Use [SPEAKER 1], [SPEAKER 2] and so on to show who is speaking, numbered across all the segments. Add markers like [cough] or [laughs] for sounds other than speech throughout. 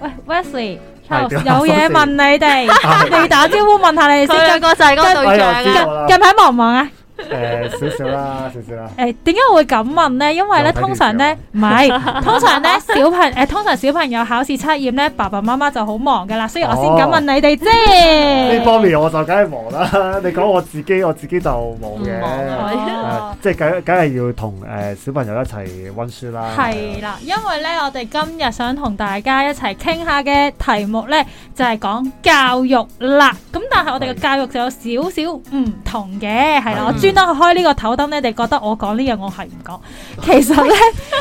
[SPEAKER 1] 喂，Wesley、Charles
[SPEAKER 2] 係點啊
[SPEAKER 1] 有嘢問你
[SPEAKER 2] [laughs]
[SPEAKER 1] 哋，你打招呼問下你哋
[SPEAKER 3] 佢
[SPEAKER 1] 先。
[SPEAKER 3] 兩個就係嗰個對象
[SPEAKER 2] 哎呀
[SPEAKER 3] 啊
[SPEAKER 2] 知道啦
[SPEAKER 1] 近近排忙唔忙啊？
[SPEAKER 2] 诶，少少啦，少少啦。
[SPEAKER 1] 誒點解會咁問咧？因為咧
[SPEAKER 2] 有睇電視
[SPEAKER 1] 通常咧唔係， [laughs] 通常咧小朋 [laughs] 誒通常小朋友考試測驗咧，爸爸媽媽就好忙噶啦，所以我先咁問你哋
[SPEAKER 2] 呢
[SPEAKER 1] 啫。
[SPEAKER 2] 方面我就梗係忙啦。 [laughs] 你講我自己，我自己就冇嘅。
[SPEAKER 3] 唔
[SPEAKER 2] 誒即係梗梗係要同誒小朋友一齊温書啦。
[SPEAKER 1] 係啦，因為咧，我哋今日想同大家一齊傾下嘅題目咧，就係講教育啦。咁但係我哋嘅教育就有少少唔同嘅，係啦。
[SPEAKER 2] 係
[SPEAKER 1] 我專登開呢個頭燈咧，你哋覺得我講呢樣我係唔 [laughs] 講，其實咧，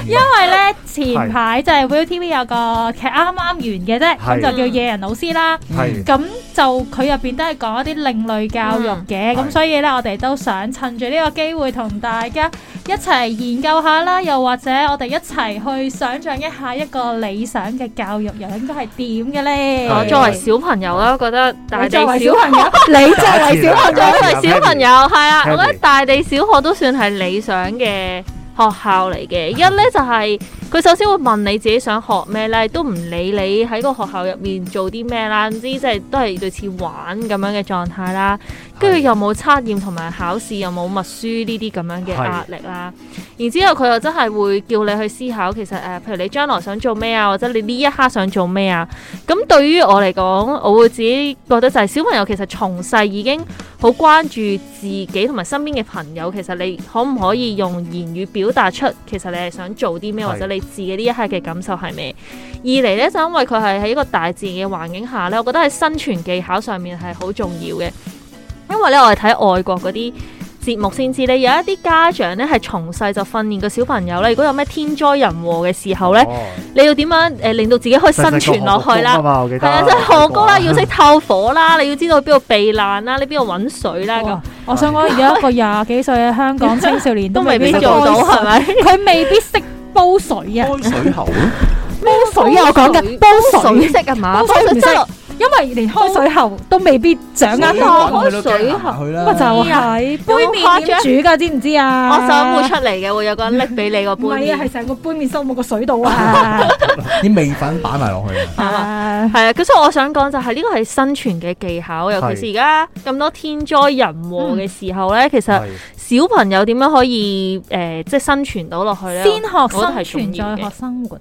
[SPEAKER 1] 因為咧前排就係 ViuTV 有個劇啱啱完嘅啫，咁
[SPEAKER 2] 係
[SPEAKER 1] 就叫野人老師啦。
[SPEAKER 2] 係
[SPEAKER 1] 咁就佢入邊都係講一啲另類教育嘅，
[SPEAKER 2] 嗯
[SPEAKER 1] 咁、
[SPEAKER 2] 係
[SPEAKER 1] 所以呢，我哋都想趁住呢個機會同大家一齊研究下啦，又或者我哋一齊去想像一下一個理想嘅教育又應該係點嘅呢？
[SPEAKER 3] 我作為小朋友啦，覺得大
[SPEAKER 1] 你
[SPEAKER 3] 地 [laughs]
[SPEAKER 1] 作為
[SPEAKER 3] 小
[SPEAKER 1] 小朋友，你作為小朋
[SPEAKER 2] Dạ,
[SPEAKER 3] 作
[SPEAKER 1] 友，
[SPEAKER 3] 為小朋友係啊，
[SPEAKER 2] Happy
[SPEAKER 3] 我覺得大地小學都算係理想嘅學校嚟嘅。一呢就係、佢首先會問你自己想學咩咧，都唔理你喺個學校入面做啲咩啦，唔知即係都係類似玩咁樣嘅狀態啦。跟住又冇測驗同埋考試，又冇默書呢啲咁樣嘅壓力啦。然之後佢又真係會叫你去思考，其實誒、呃譬如你將來想做咩啊，或者你呢一刻想做咩啊。咁對於我嚟講，我會自己覺得就係小朋友其實從細已經好關注自己同埋身邊嘅朋友。其實你可唔可以用言語表達出其實你係想做啲咩，
[SPEAKER 2] 係
[SPEAKER 3] 或者你自己呢一刻嘅感受係咩？二嚟呢，就因為佢係喺一個大自然嘅環境下呢，我覺得喺生存技巧上面係好重要嘅。因為咧，我哋睇外國嗰啲節目先知咧，有一啲家長咧係從細就訓練個小朋友咧，如果有咩天災人禍嘅時
[SPEAKER 1] 哦
[SPEAKER 3] 候咧，你要點樣誒、呃令到自己可以生存落去啦？
[SPEAKER 2] 嘛，我記得
[SPEAKER 3] 係啊，即係學高啦，要識透火啦，你要知道邊度避難啦，你邊度揾水啦，咁
[SPEAKER 1] 哇我想講而家一個廿幾歲嘅香港青少年
[SPEAKER 3] 都
[SPEAKER 1] 都
[SPEAKER 3] 未
[SPEAKER 1] 未
[SPEAKER 3] 必
[SPEAKER 1] 必
[SPEAKER 3] 做
[SPEAKER 1] 識
[SPEAKER 3] 到
[SPEAKER 1] 煲
[SPEAKER 3] 係
[SPEAKER 1] 水，
[SPEAKER 3] 咪？
[SPEAKER 1] 佢未必識煲水啊！
[SPEAKER 4] 開水喉
[SPEAKER 1] 煲水啊！我講緊煲水啊
[SPEAKER 3] 水。識係嘛？
[SPEAKER 1] 煲
[SPEAKER 3] 煲
[SPEAKER 1] 水唔
[SPEAKER 3] 水
[SPEAKER 1] 識
[SPEAKER 3] 真係
[SPEAKER 1] 因為連開水喉都未必掌握到，
[SPEAKER 3] 啊開水喉
[SPEAKER 1] 咁
[SPEAKER 4] 去
[SPEAKER 1] 咪啊
[SPEAKER 4] 啦
[SPEAKER 1] 就。係杯麵點煮㗎？知唔知啊？
[SPEAKER 3] 我想會出嚟嘅，會有個人拎俾你個杯
[SPEAKER 1] 唔係啊，
[SPEAKER 3] 麵
[SPEAKER 1] 係。成個杯麵收冇個水度
[SPEAKER 3] [laughs]
[SPEAKER 1] 啊！
[SPEAKER 4] 啲味粉擺埋落去啊，
[SPEAKER 1] 啊
[SPEAKER 3] 係啊，咁所以我想講就係呢個係生存嘅技巧，尤其是而家咁多天災人禍嘅時候咧，其實
[SPEAKER 2] 係
[SPEAKER 3] 小朋友點樣可以誒、呃即係生存到落去咧？
[SPEAKER 1] 先學
[SPEAKER 3] 我覺得係
[SPEAKER 1] 生存，
[SPEAKER 3] 重要嘅啊
[SPEAKER 1] 再學生活，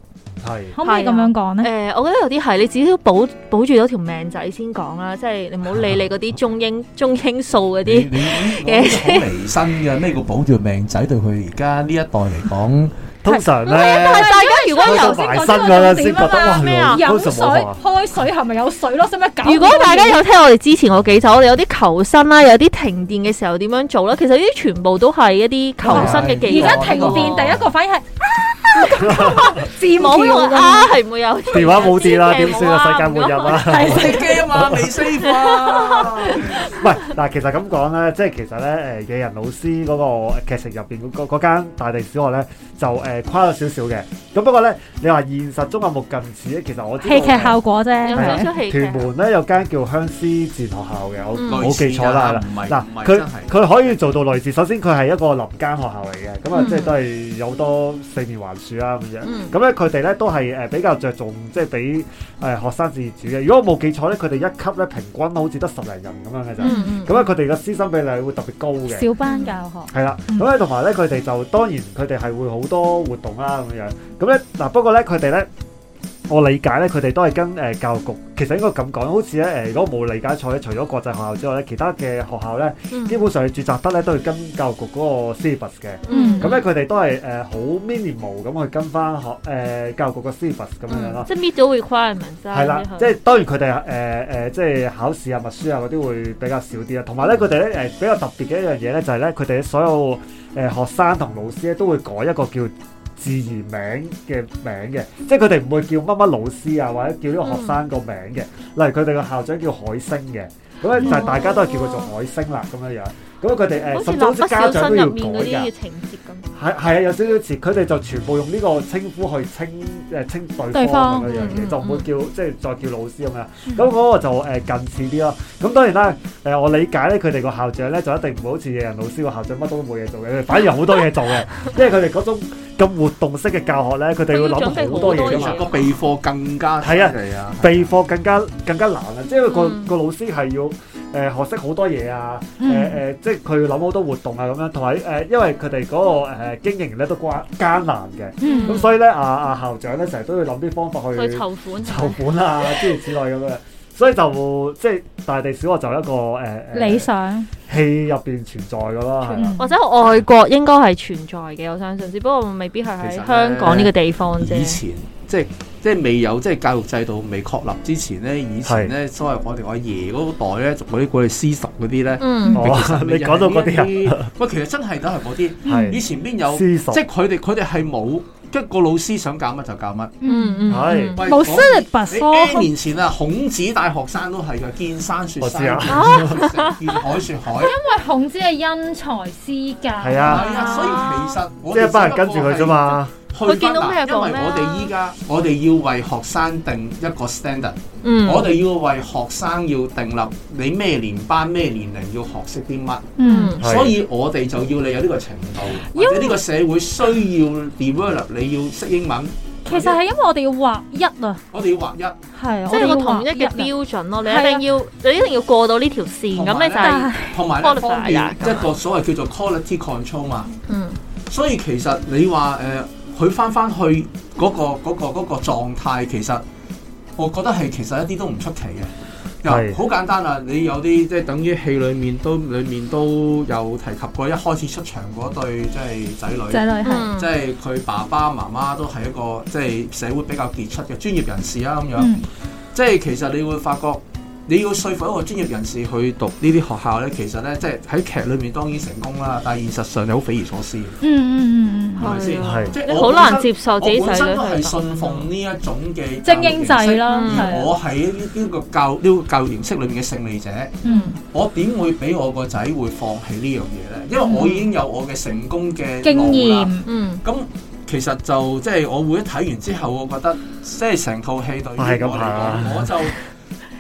[SPEAKER 2] 係
[SPEAKER 1] 可唔可以咁樣講
[SPEAKER 3] 誒、
[SPEAKER 1] 呢？
[SPEAKER 3] 呃我覺得有啲係你至少保保住咗條命仔先講啦，即係你唔好理你嗰啲中英中英數嗰
[SPEAKER 4] 你
[SPEAKER 3] 啲。
[SPEAKER 4] 你你好離身嘅，咩叫保條命仔對佢而家呢一代嚟講，
[SPEAKER 2] 通常咧，
[SPEAKER 3] 但係大家如果
[SPEAKER 2] 開
[SPEAKER 3] 由
[SPEAKER 2] 到埋身嗰陣先覺得哇，
[SPEAKER 3] 咩啊
[SPEAKER 2] 原來
[SPEAKER 1] 飲
[SPEAKER 2] 好似
[SPEAKER 1] 水
[SPEAKER 2] 冇啊
[SPEAKER 1] 開水係咪有水咯？使唔使搞？
[SPEAKER 3] 如果大家有聽我哋之前嗰幾集，我哋有啲求生啦，有啲停電嘅時候點樣做啦，其實呢啲全部都係一啲求生嘅技
[SPEAKER 1] 而
[SPEAKER 3] 巧。
[SPEAKER 1] 家停電，第一個反應係
[SPEAKER 3] [laughs]
[SPEAKER 1] 啊 [laughs] 咁
[SPEAKER 3] 冇用
[SPEAKER 1] 樣啊
[SPEAKER 3] 啊，係唔會有
[SPEAKER 2] 電話冇電啦，點算啊？世界末日啊！
[SPEAKER 1] 尖叫啊！係
[SPEAKER 4] 機啊 [laughs] 嘛，未 save [laughs] 啊，
[SPEAKER 2] 唔係嗱，其實咁講咧，即係其實咧，誒野人老師嗰個劇情入邊嗰嗰嗰間大地小學咧，就誒誇咗少少嘅。咁不過咧，你話現實中有冇近似咧？其實我知道
[SPEAKER 1] 戲劇效果
[SPEAKER 3] 有
[SPEAKER 1] 啫，
[SPEAKER 4] 啊
[SPEAKER 3] 少
[SPEAKER 2] 係啊
[SPEAKER 3] 少戲劇
[SPEAKER 2] 屯。門咧有間叫香師自然學校嘅，我
[SPEAKER 3] 嗯
[SPEAKER 2] 冇記錯啦，係
[SPEAKER 4] 類似㗎啊
[SPEAKER 2] 啦。
[SPEAKER 4] 唔係
[SPEAKER 2] 嗱，
[SPEAKER 4] 唔係
[SPEAKER 2] 佢
[SPEAKER 4] 真係
[SPEAKER 2] 佢可以做到類似，首先佢係一個林間學校嚟嘅，咁啊
[SPEAKER 3] 嗯
[SPEAKER 2] 即係都係有好多四面環樹啦咁樣。
[SPEAKER 3] 嗯
[SPEAKER 2] 咁咧佢哋咧都係誒比較着重即係俾誒學生自主嘅。如果我冇記錯咧，佢哋一級咧平均好似得十零人咁樣嘅咋。
[SPEAKER 3] 嗯嗯
[SPEAKER 2] 咁啊咧佢哋嘅師生比例會特別高嘅。
[SPEAKER 1] 小班教學。
[SPEAKER 2] 係啦，
[SPEAKER 1] 嗯
[SPEAKER 2] 咁咧同埋咧，佢哋就當然佢哋係會好多活動啦咁樣。咁咧嗱，不過咧佢哋咧，我理解咧佢哋都係跟誒、呃教育局，其實應該咁講，好似咧誒，如果冇理解錯咧，除咗國際學校之外咧，其他嘅學校咧，
[SPEAKER 3] 嗯
[SPEAKER 2] 基本上註冊得咧都係跟教育局嗰個 syllabus 嘅。
[SPEAKER 3] 嗯
[SPEAKER 2] 咁咧佢哋都係誒好 minimal 咁去跟翻學誒、呃教育局個 syllabus 咁樣樣咯。
[SPEAKER 3] 即係 meet 到 requirements 啦。
[SPEAKER 2] 係啦
[SPEAKER 3] 呢個，
[SPEAKER 2] 即係當然佢哋誒呃誒，即係考試啊、默書啊嗰啲會比較少啲啊啦。同埋咧，佢哋咧誒比較特別嘅一樣嘢咧，就係咧佢哋所有誒、呃、學生同老師咧都會改一個叫自然名嘅名嘅，即係佢哋唔會叫乜乜老師啊，或者叫呢個學生個名嘅。例如佢哋個校長叫海星嘅，咁啊咧就係大家都係叫佢做海星啦咁樣樣。咁佢哋
[SPEAKER 3] 哦
[SPEAKER 2] 誒
[SPEAKER 3] 好似
[SPEAKER 2] 甚
[SPEAKER 3] 《
[SPEAKER 2] 至
[SPEAKER 3] 蠟
[SPEAKER 2] 好
[SPEAKER 3] 筆
[SPEAKER 2] 似
[SPEAKER 3] 小
[SPEAKER 2] 家長都》
[SPEAKER 3] 新
[SPEAKER 2] 要
[SPEAKER 3] 入
[SPEAKER 2] 改
[SPEAKER 3] 面嗰啲
[SPEAKER 2] 㗎
[SPEAKER 3] 嘅。情節咁。
[SPEAKER 2] 係係啊，有少少似，佢哋就全部用呢個稱呼去稱誒稱對
[SPEAKER 1] 對
[SPEAKER 2] 方
[SPEAKER 1] 方
[SPEAKER 2] 咁樣樣
[SPEAKER 3] 嗯
[SPEAKER 2] 嘢，
[SPEAKER 3] 嗯
[SPEAKER 2] 就唔會叫即係再叫老師咁樣。
[SPEAKER 1] 嗯
[SPEAKER 2] 咁嗰個就誒、近似啲咯。咁當然啦，誒、呃我理解咧，佢哋個校長咧就一定唔會好似野人老師個校長乜都冇嘢做嘅，佢反而好多嘢做嘅，因為佢哋嗰種咁活動式嘅教學咧，佢哋會諗好多嘢噶
[SPEAKER 3] 佢要準備好多
[SPEAKER 2] 嘛
[SPEAKER 3] 嘢。
[SPEAKER 4] 個備課更加犀
[SPEAKER 2] 係啊
[SPEAKER 4] 利啊，
[SPEAKER 2] 備課更加更加難啊！即係因為個、
[SPEAKER 3] 嗯
[SPEAKER 2] 個老師係要誒、呃學識好多嘢啊，誒、誒、
[SPEAKER 1] 嗯
[SPEAKER 2] 即係佢要諗好多活動啊咁樣，同埋誒因為佢哋嗰個誒、經營咧都關艱難嘅，咁
[SPEAKER 1] 嗯
[SPEAKER 2] 所以咧阿阿校長咧成日都要諗啲方法
[SPEAKER 3] 去籌款係
[SPEAKER 2] 籌
[SPEAKER 3] 咪，
[SPEAKER 2] 款
[SPEAKER 3] [laughs]
[SPEAKER 2] 啊，諸如此類咁樣。所以就即係大地小學就一個誒、誒
[SPEAKER 1] 理想
[SPEAKER 2] 戲入邊存在噶啦，啊係啦
[SPEAKER 1] 嗯
[SPEAKER 3] 或者外國應該係存在嘅，我相信，只不過未必係喺
[SPEAKER 4] 其實呢
[SPEAKER 3] 香港呢個地方
[SPEAKER 4] 以
[SPEAKER 3] 啫。
[SPEAKER 4] 前即係即係未有即係教育制度未確立之前咧，以前咧所謂我哋我阿爺嗰代咧，仲嗰啲過去私塾嗰啲咧，
[SPEAKER 3] 嗯，
[SPEAKER 2] 哦
[SPEAKER 4] 其實，
[SPEAKER 2] 你講到嗰啲啊，
[SPEAKER 4] 啲啊，喂，其實真係都係嗰啲。以
[SPEAKER 2] 係
[SPEAKER 4] 前邊有
[SPEAKER 2] 私塾
[SPEAKER 4] 即係佢哋佢哋係冇一個老師想教乜就教乜。
[SPEAKER 3] 嗯
[SPEAKER 1] 嗯
[SPEAKER 3] 嗯，
[SPEAKER 2] 係
[SPEAKER 3] 嗯
[SPEAKER 4] 喂
[SPEAKER 1] 冇
[SPEAKER 4] 講
[SPEAKER 1] syllabus
[SPEAKER 4] 你
[SPEAKER 1] 咯
[SPEAKER 4] N 年前啊，孔子帶學生都係嘅，見山説
[SPEAKER 2] 我
[SPEAKER 4] 山，
[SPEAKER 2] 知啊
[SPEAKER 4] 見海説
[SPEAKER 3] [laughs]
[SPEAKER 4] 海。
[SPEAKER 1] 因為孔子係因材施教，
[SPEAKER 2] 係
[SPEAKER 4] 係
[SPEAKER 2] 啊
[SPEAKER 4] 啊，所以其實我
[SPEAKER 2] 即係一班人跟住佢啫。嘛，
[SPEAKER 4] 佢
[SPEAKER 3] 佢見到咩就
[SPEAKER 4] 因
[SPEAKER 3] 講
[SPEAKER 4] 為
[SPEAKER 3] 咩啊
[SPEAKER 4] 我哋依家我哋要為學生定一個 standard，、
[SPEAKER 3] 嗯，
[SPEAKER 4] 我哋要為學生要定立你咩年班咩年齡要學識啲乜，
[SPEAKER 1] 嗯
[SPEAKER 2] 係
[SPEAKER 4] 所以我哋就要你有呢個程度，
[SPEAKER 1] 因為
[SPEAKER 4] 或者呢個社會需要 develop 你要識英文，
[SPEAKER 1] 其實係因為我哋要劃一啊，
[SPEAKER 4] 我哋要劃一。
[SPEAKER 1] 係
[SPEAKER 3] 即
[SPEAKER 1] 我哋
[SPEAKER 3] 係個
[SPEAKER 1] 要
[SPEAKER 3] 統一
[SPEAKER 1] 劃
[SPEAKER 3] 嘅
[SPEAKER 1] 啊
[SPEAKER 3] 標準咯，你
[SPEAKER 1] 係啊
[SPEAKER 3] 一定要你一定要過到呢條線，咁你就
[SPEAKER 1] 但
[SPEAKER 3] 係
[SPEAKER 1] 係
[SPEAKER 4] 同埋咧
[SPEAKER 3] Qualify
[SPEAKER 4] 方便
[SPEAKER 3] 啊
[SPEAKER 4] 一個所謂叫做 quality control 嘛。
[SPEAKER 3] 嗯
[SPEAKER 4] 所以其實你話誒，佢翻翻去嗰、個嗰、個嗰、個狀態，其實我覺得係其實一啲都唔出奇嘅。
[SPEAKER 2] 係
[SPEAKER 4] 又好簡單啊！你有啲即係等於戲裡面都裡面都有提及過，一開始出場嗰對即係仔女。
[SPEAKER 1] 仔女係，
[SPEAKER 3] Ừ.
[SPEAKER 4] 即係佢爸爸媽媽都係一個即係社會比較傑出嘅專業人士啊咁樣，
[SPEAKER 1] 嗯
[SPEAKER 4] 即係其實你會發覺，你要說服一個專業人士去讀呢啲學校呢，其實呢，即係喺劇裏面當然成功啦，但係現實上你好匪夷所思，
[SPEAKER 1] 嗯嗯嗯
[SPEAKER 4] 係咪先？
[SPEAKER 2] 係
[SPEAKER 4] 即係
[SPEAKER 3] 你
[SPEAKER 4] 我
[SPEAKER 3] 好
[SPEAKER 4] 本身
[SPEAKER 3] 難接受
[SPEAKER 4] 我
[SPEAKER 3] 自己
[SPEAKER 4] 本
[SPEAKER 3] 仔
[SPEAKER 4] 身
[SPEAKER 3] 女
[SPEAKER 4] 都係
[SPEAKER 3] 係
[SPEAKER 4] 信奉呢一種嘅
[SPEAKER 1] 嗯，精英制
[SPEAKER 4] 教育形式，
[SPEAKER 1] 啦，
[SPEAKER 3] 嗯
[SPEAKER 1] 係啊
[SPEAKER 4] 我喺呢呢個教呢個教育形式裏面嘅勝利者。
[SPEAKER 1] 嗯
[SPEAKER 4] 我點會俾我個仔會放棄呢樣嘢呢？因為我已經有我嘅成功嘅
[SPEAKER 1] 經
[SPEAKER 4] 路啦
[SPEAKER 1] 驗，
[SPEAKER 3] 嗯
[SPEAKER 4] 咁其實就即係我會一睇完之後，我覺得即係成套戲對於我
[SPEAKER 2] 係
[SPEAKER 4] 嚟
[SPEAKER 2] 咁
[SPEAKER 4] 講，
[SPEAKER 2] 啊
[SPEAKER 4] 我就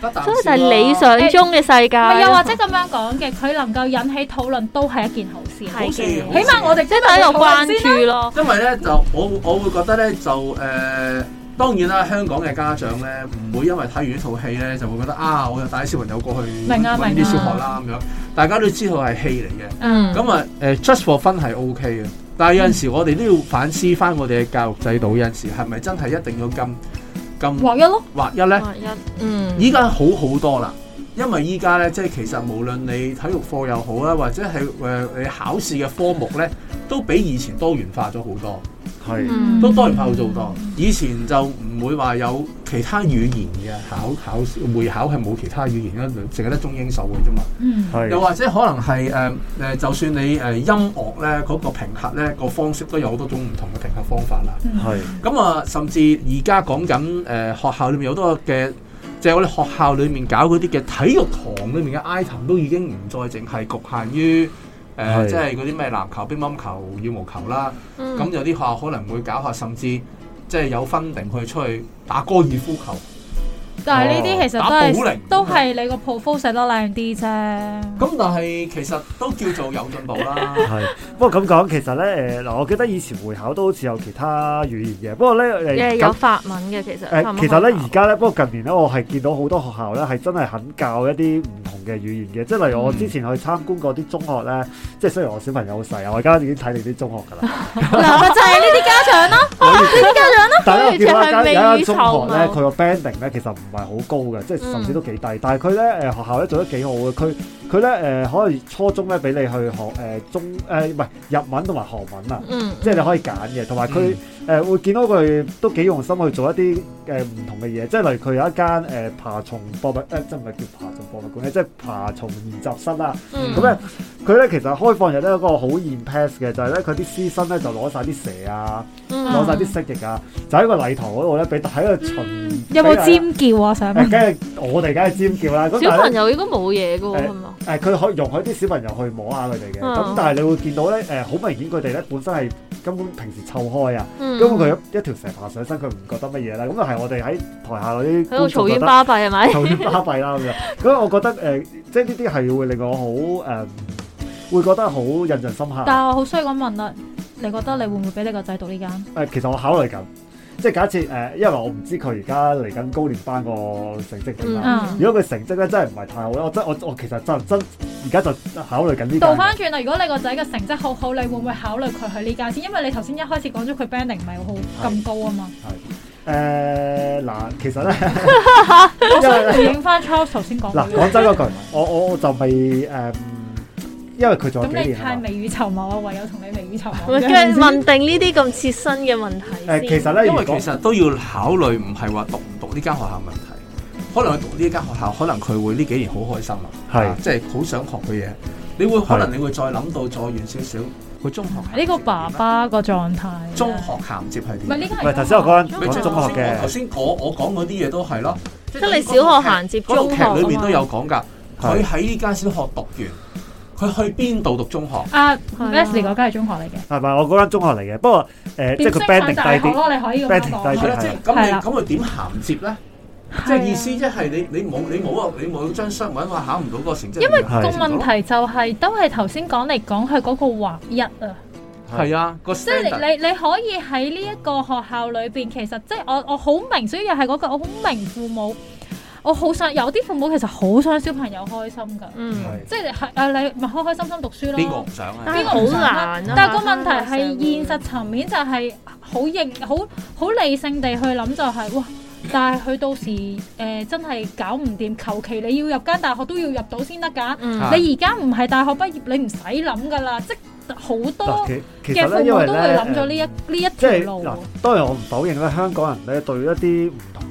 [SPEAKER 4] 得啖
[SPEAKER 3] 所以就
[SPEAKER 4] 笑
[SPEAKER 3] 係
[SPEAKER 4] 啦
[SPEAKER 3] 理想中嘅世界
[SPEAKER 1] 唔
[SPEAKER 3] 咯，
[SPEAKER 1] 係又或者咁樣講嘅，佢能夠引起討論都係一件好事嚟嘅，
[SPEAKER 3] 係
[SPEAKER 4] 好
[SPEAKER 3] 嘅
[SPEAKER 4] 似
[SPEAKER 3] 起
[SPEAKER 1] 起碼我哋
[SPEAKER 3] 即
[SPEAKER 1] 真
[SPEAKER 3] 係
[SPEAKER 1] 係
[SPEAKER 3] 喺
[SPEAKER 1] 有
[SPEAKER 3] 度
[SPEAKER 1] 關
[SPEAKER 3] 關
[SPEAKER 1] 注。
[SPEAKER 3] 注咯，
[SPEAKER 4] 因為咧就我我會覺得咧就誒、呃、當然啦，香港嘅家長咧唔會因為睇完呢套戲咧就會覺得啊，我又帶啲小朋友過去
[SPEAKER 1] 明啊
[SPEAKER 4] 揾
[SPEAKER 1] 明
[SPEAKER 4] 啲
[SPEAKER 1] 啊
[SPEAKER 4] 小學啦咁樣，大家都知道係戲嚟嘅。
[SPEAKER 3] 嗯
[SPEAKER 4] 咁啊，誒、just for fun 係 OK 嘅，但係有陣時我哋都要反思翻我哋嘅教育制度，有陣時係咪真係一定要咁咁
[SPEAKER 1] 劃一咯，
[SPEAKER 4] 劃一咧？
[SPEAKER 3] 一嗯
[SPEAKER 4] 依家好好多啦，因為依家咧即係其實無論你體育課又好啦，或者係誒、呃你考試嘅科目咧，都比以前多元化咗好多，
[SPEAKER 2] 係
[SPEAKER 3] 嗯
[SPEAKER 4] 都多元化咗好多。以前就唔會話有其他語言嘅考考試會考係冇其他語言啦，淨係得中英數嘅啫嘛。
[SPEAKER 1] 嗯，
[SPEAKER 2] 係
[SPEAKER 4] 又或者可能係誒誒，就算你誒、呃音樂咧嗰、個評核咧個方式都有好多種唔同嘅評核方法啦。
[SPEAKER 1] 嗯
[SPEAKER 2] 係
[SPEAKER 4] 咁啊，甚至而家講緊誒學校裏面有好多嘅，即係我哋學校裏面搞嗰啲嘅體育堂裏面嘅 item 都已經唔再淨係局限於誒、呃
[SPEAKER 2] 係
[SPEAKER 4] 即係嗰啲咩籃球、乒乓球、羽毛球啦。
[SPEAKER 3] 嗯
[SPEAKER 4] 咁、有啲學校可能會搞下，甚至即係有分定佢出去打高爾夫球。
[SPEAKER 1] 但係呢啲其實都
[SPEAKER 4] 打保齡
[SPEAKER 1] 係都係你個 profile 寫得靚啲啫。
[SPEAKER 4] 咁但係其實都叫做有進步啦。
[SPEAKER 2] 係。不過咁講，其實咧誒嗱，我記得以前會考都好似有其他語言嘅，不過咧誒
[SPEAKER 3] 誒有
[SPEAKER 2] 咁。
[SPEAKER 3] 法文嘅其實
[SPEAKER 2] 誒、
[SPEAKER 3] 法文
[SPEAKER 2] 其實咧
[SPEAKER 3] 學校
[SPEAKER 2] 而家咧，不過近年咧，我係見到好多學校咧係真係肯教一啲唔同嘅語言嘅，即係例如我
[SPEAKER 4] 嗯
[SPEAKER 2] 之前去參觀過啲中學咧，即係雖然我小朋友好細啊，我而家已經睇你啲中學㗎啦，
[SPEAKER 1] 嗱，咪就係
[SPEAKER 3] 嗯
[SPEAKER 1] 呢啲家長啦，
[SPEAKER 2] 但
[SPEAKER 3] [laughs]
[SPEAKER 2] 係我見到一間
[SPEAKER 3] 佢哋就
[SPEAKER 2] 有
[SPEAKER 3] 係
[SPEAKER 2] 一間
[SPEAKER 3] 未雨綢
[SPEAKER 2] 中
[SPEAKER 3] 繆
[SPEAKER 2] 學咧，佢個 banding 咧其實唔係好高嘅，即係
[SPEAKER 3] 嗯
[SPEAKER 2] 甚至都幾低，但係佢咧誒學校咧做得幾好嘅，佢佢咧誒可以初中咧俾你去學誒、中誒唔係日文同埋韓文啊。
[SPEAKER 3] 嗯
[SPEAKER 2] 即係你可以揀嘅，同埋佢誒會見到佢都幾用心去做一啲誒唔同嘅嘢，即係例如佢有一間誒、呃爬蟲博物誒，即係唔係叫爬蟲博物館咧，即係爬蟲研習室啦。
[SPEAKER 3] 嗯
[SPEAKER 2] 咁咧佢咧其實開放日咧有一個好 in pass 嘅，就係咧佢啲師生咧就攞晒啲蛇啊，
[SPEAKER 3] 嗯
[SPEAKER 2] 攞晒啲蜥蜴啊，就喺個禮堂嗰度咧俾大家喺度
[SPEAKER 3] 嗯
[SPEAKER 2] 巡。
[SPEAKER 1] 有冇
[SPEAKER 2] 俾
[SPEAKER 1] 尖叫啊？想
[SPEAKER 2] 大家？
[SPEAKER 1] 問
[SPEAKER 2] 誒，梗係我哋梗係尖叫啦。咁但
[SPEAKER 3] 小
[SPEAKER 2] 係
[SPEAKER 3] 朋
[SPEAKER 2] 呢
[SPEAKER 3] 友應該冇嘢噶喎，
[SPEAKER 2] 誒
[SPEAKER 3] 係嘛？
[SPEAKER 2] 誒，佢可以容許啲小朋友去摸下佢哋嘅。
[SPEAKER 3] 嗯
[SPEAKER 2] 咁但係你會見到咧，誒，好明顯佢哋咧本身係根本平時湊開啊，
[SPEAKER 3] 嗯
[SPEAKER 2] 根本佢一一條蛇爬上身，佢唔覺得乜嘢啦。咁啊係我哋喺台下嗰啲
[SPEAKER 3] 喺度
[SPEAKER 2] 觀眾
[SPEAKER 3] 嘈
[SPEAKER 2] 覺
[SPEAKER 3] 冤
[SPEAKER 2] 得
[SPEAKER 3] 巴閉係咪？
[SPEAKER 2] 就啲巴閉啦咁樣。咁我覺得誒、呃即係呢啲係會令我好誒、呃，會覺得好印象深刻。誒、
[SPEAKER 1] 但係我好衰咁問啦，你覺得你會唔會俾你個仔讀呢間？
[SPEAKER 2] 其實我考慮緊，即係假設誒、呃因為我唔知佢而家嚟緊高年班個成績點啦。
[SPEAKER 1] 嗯
[SPEAKER 2] 如果佢成績咧真係唔係太好咧，我真我我其實真真而家就考慮緊呢
[SPEAKER 1] 倒
[SPEAKER 2] 間。
[SPEAKER 1] 翻轉啦，如果你個仔嘅成績好好，你會唔會考慮佢去呢間先？因為你頭先一開始講咗佢 banding 唔係好咁高啊嘛。
[SPEAKER 2] 誒嗱，其實
[SPEAKER 3] [laughs]
[SPEAKER 2] 咧，
[SPEAKER 1] 我
[SPEAKER 2] 因
[SPEAKER 1] 想
[SPEAKER 2] 為 [laughs] 呢
[SPEAKER 1] 回應翻 Charles 頭先講
[SPEAKER 2] 嗱
[SPEAKER 1] 嘅嘢。
[SPEAKER 2] 講真嗰句，我我我就未誒、嗯因為佢仲
[SPEAKER 1] 咁
[SPEAKER 2] 有幾
[SPEAKER 1] 你
[SPEAKER 2] 年
[SPEAKER 1] 太
[SPEAKER 2] 啊嘛。
[SPEAKER 1] 未雨綢繆啊，唯有同你未雨綢
[SPEAKER 3] 咪
[SPEAKER 1] 繆。
[SPEAKER 3] 跟住啊問定呢啲咁切身嘅問題
[SPEAKER 2] 誒、
[SPEAKER 3] 先。
[SPEAKER 2] 其實咧，
[SPEAKER 4] 因
[SPEAKER 2] 如
[SPEAKER 4] 為其
[SPEAKER 2] 果
[SPEAKER 4] 實都要考慮，唔係話讀唔讀呢間學校問題。可能佢讀呢間學校，可能佢會呢幾年好開心啊，
[SPEAKER 2] 係
[SPEAKER 4] 啊即係好想學嘅嘢。你會可能
[SPEAKER 2] 係
[SPEAKER 4] 你會再諗到再遠少少，佢中學銜接
[SPEAKER 1] 呢個爸
[SPEAKER 4] 係點咧
[SPEAKER 1] 爸個狀態。啊
[SPEAKER 4] 中學銜接係點？
[SPEAKER 1] 唔係呢間係中學。
[SPEAKER 2] 唔係頭先我講緊
[SPEAKER 4] 咪
[SPEAKER 2] 講
[SPEAKER 4] 就係
[SPEAKER 2] 中學嘅
[SPEAKER 4] 頭先我我講嗰啲嘢都係咯，即
[SPEAKER 3] 即係你小學銜接
[SPEAKER 4] 嗰套
[SPEAKER 3] 中學啊
[SPEAKER 4] 劇裏面
[SPEAKER 3] 嘛
[SPEAKER 4] 都有講㗎。
[SPEAKER 2] 係
[SPEAKER 4] 佢喺呢間小學讀完，佢去邊度讀中學？
[SPEAKER 1] 啊
[SPEAKER 3] 啊
[SPEAKER 1] ，Leslie 嗰間係中學嚟嘅，
[SPEAKER 2] 係咪我嗰間中學嚟嘅？不過誒、即係
[SPEAKER 1] 變
[SPEAKER 2] 佢
[SPEAKER 3] 啊
[SPEAKER 1] 色
[SPEAKER 2] banding
[SPEAKER 1] 眼大
[SPEAKER 2] 低
[SPEAKER 1] 學
[SPEAKER 2] 啲。
[SPEAKER 1] 咯，你可以咁
[SPEAKER 2] banding 低
[SPEAKER 1] 講
[SPEAKER 2] 啲。
[SPEAKER 4] 係啦，即係咁
[SPEAKER 1] 係
[SPEAKER 4] 你
[SPEAKER 1] 啦
[SPEAKER 4] 咁佢點銜接咧？即
[SPEAKER 1] 係
[SPEAKER 4] 係
[SPEAKER 1] 啊
[SPEAKER 4] 意思即係你你冇你冇啊你冇張相揾話考唔到個成績，
[SPEAKER 1] 因為
[SPEAKER 4] 係
[SPEAKER 1] 個問題就係都係頭先講嚟講去嗰個劃一啊，
[SPEAKER 4] 係啊個
[SPEAKER 1] 即係
[SPEAKER 4] standard
[SPEAKER 1] 你你可以喺呢一個學校裏邊，其實即係我我好明，所以又係嗰句，我好明父母，我好想有啲父母其實好想小朋友開心噶，
[SPEAKER 3] 嗯，
[SPEAKER 2] 係
[SPEAKER 1] 即係係誒你咪開開心心讀書咯。
[SPEAKER 4] 邊個唔想啊？
[SPEAKER 3] 但
[SPEAKER 1] 邊
[SPEAKER 3] 係
[SPEAKER 1] 個
[SPEAKER 3] 好
[SPEAKER 1] 唔想
[SPEAKER 3] 難啊！
[SPEAKER 1] 但係個問題係現實層面就係好認好好理性地去諗就係、哇！但係佢到時誒、呃真係搞唔掂，求其你要入間大學都要入到先得㗎。
[SPEAKER 3] 嗯，
[SPEAKER 4] 啊
[SPEAKER 1] 你而家唔係大學畢業，你唔使諗㗎啦，即係好
[SPEAKER 2] 嗱，
[SPEAKER 1] 多
[SPEAKER 2] 其其
[SPEAKER 1] 嘅
[SPEAKER 2] 實
[SPEAKER 1] 父
[SPEAKER 2] 咧，因為
[SPEAKER 1] 母都會
[SPEAKER 2] 咧，
[SPEAKER 1] 諗咗呢一
[SPEAKER 2] 誒
[SPEAKER 1] 呢一
[SPEAKER 2] 即
[SPEAKER 1] 條
[SPEAKER 2] 係
[SPEAKER 1] 路
[SPEAKER 2] 嗱。，當然我唔否認咧，香港人咧對一啲唔同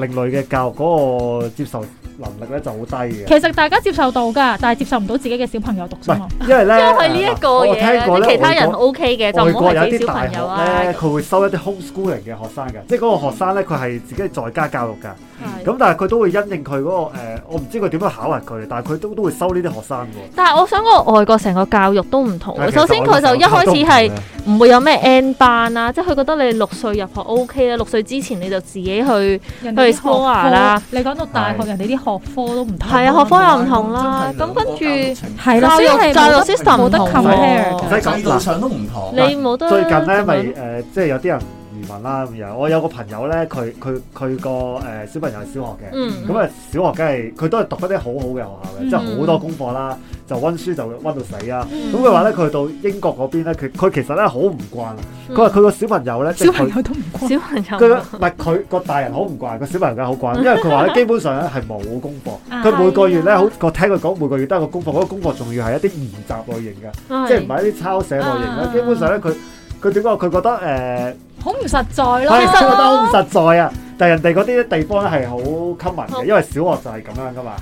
[SPEAKER 2] 另類嘅教育嗰個接受能力咧就好低嘅
[SPEAKER 1] 其。實大家接受到㗎，但係接受唔到自己嘅小朋友讀
[SPEAKER 2] 唔
[SPEAKER 1] 啫嘛。
[SPEAKER 2] 係，因為咧，
[SPEAKER 3] 因為呢一個
[SPEAKER 2] 我聽過
[SPEAKER 3] 嘢，啊
[SPEAKER 2] 咧，
[SPEAKER 3] 其他人
[SPEAKER 2] 外
[SPEAKER 3] O K 嘅，
[SPEAKER 2] 國
[SPEAKER 3] 就
[SPEAKER 2] 外
[SPEAKER 3] 唔好
[SPEAKER 2] 國有
[SPEAKER 3] 係自己
[SPEAKER 2] 啲
[SPEAKER 3] 小
[SPEAKER 2] 大
[SPEAKER 3] 朋
[SPEAKER 2] 學
[SPEAKER 3] 友啊。
[SPEAKER 2] 咧，佢會收一啲 homeschooling 嘅學生嘅，即係嗰個學生咧，佢係自己在家教育㗎。
[SPEAKER 3] 係
[SPEAKER 2] 咁但係佢都會因應佢嗰個誒，我唔知佢點樣考核佢，但係佢都都會收呢啲學生㗎。
[SPEAKER 3] 但係我想講外國成個教育都唔同
[SPEAKER 2] 但係
[SPEAKER 3] 喎。
[SPEAKER 2] 其實
[SPEAKER 3] 首先佢就一開始係唔會有咩 N 班啦，即係佢覺得你六歲入學 O K 啦，六歲之前你就自己去
[SPEAKER 1] 人哋啲學
[SPEAKER 3] 去 explore 啦
[SPEAKER 1] 科，啊你講到大學，
[SPEAKER 2] 係
[SPEAKER 1] 人哋啲學科都唔同。
[SPEAKER 3] 係啊，學科又唔同啦。咁跟住
[SPEAKER 1] 係啦，
[SPEAKER 3] 教
[SPEAKER 1] 所以
[SPEAKER 3] 育
[SPEAKER 1] 係
[SPEAKER 3] 教育
[SPEAKER 1] 冇得
[SPEAKER 3] system
[SPEAKER 1] 冇得
[SPEAKER 3] 唔同
[SPEAKER 1] compare
[SPEAKER 3] 喎
[SPEAKER 1] 㗎
[SPEAKER 2] 唔使講
[SPEAKER 4] 制度上都唔同
[SPEAKER 3] 你。冇得
[SPEAKER 2] 最近咧，咪
[SPEAKER 3] 咁樣
[SPEAKER 2] 誒，即係有啲人移民啦咁樣。我有個朋友咧，佢佢佢個誒小朋友係小學嘅。
[SPEAKER 3] 嗯
[SPEAKER 2] 咁啊，小學梗係佢都係讀一啲好好嘅學校嘅，
[SPEAKER 1] 嗯
[SPEAKER 2] 即係好多功課啦，就温書就温到死啊！
[SPEAKER 1] 嗯
[SPEAKER 2] 咁佢話咧，佢到英國嗰邊咧，佢佢其實咧好唔慣啊！佢
[SPEAKER 3] 嗯
[SPEAKER 2] 話佢個小朋友咧，即
[SPEAKER 1] 小
[SPEAKER 2] 係
[SPEAKER 1] 朋
[SPEAKER 2] 佢
[SPEAKER 1] 友都唔關。
[SPEAKER 3] 小朋 [laughs]
[SPEAKER 2] 佢
[SPEAKER 3] 友啊
[SPEAKER 2] 唔係佢個大人好唔慣，個小朋友梗係好慣，因為佢話咧基本上咧係冇功課，
[SPEAKER 1] 啊
[SPEAKER 2] 佢每個月
[SPEAKER 1] 係
[SPEAKER 2] 咧
[SPEAKER 1] 啊
[SPEAKER 2] 好我聽佢講每個月都有個功課，嗰個功課仲要係一啲研習類型嘅，即係唔係一啲抄寫類型
[SPEAKER 1] 啊
[SPEAKER 2] 啦。基本上咧佢佢點講？佢覺得誒。
[SPEAKER 1] 好唔實在咯。
[SPEAKER 2] 係，覺得好唔實在啊！但係人哋嗰啲地方咧係好 common 嘅，因為小學就係咁樣噶嘛。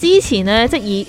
[SPEAKER 3] 之前咧，即係以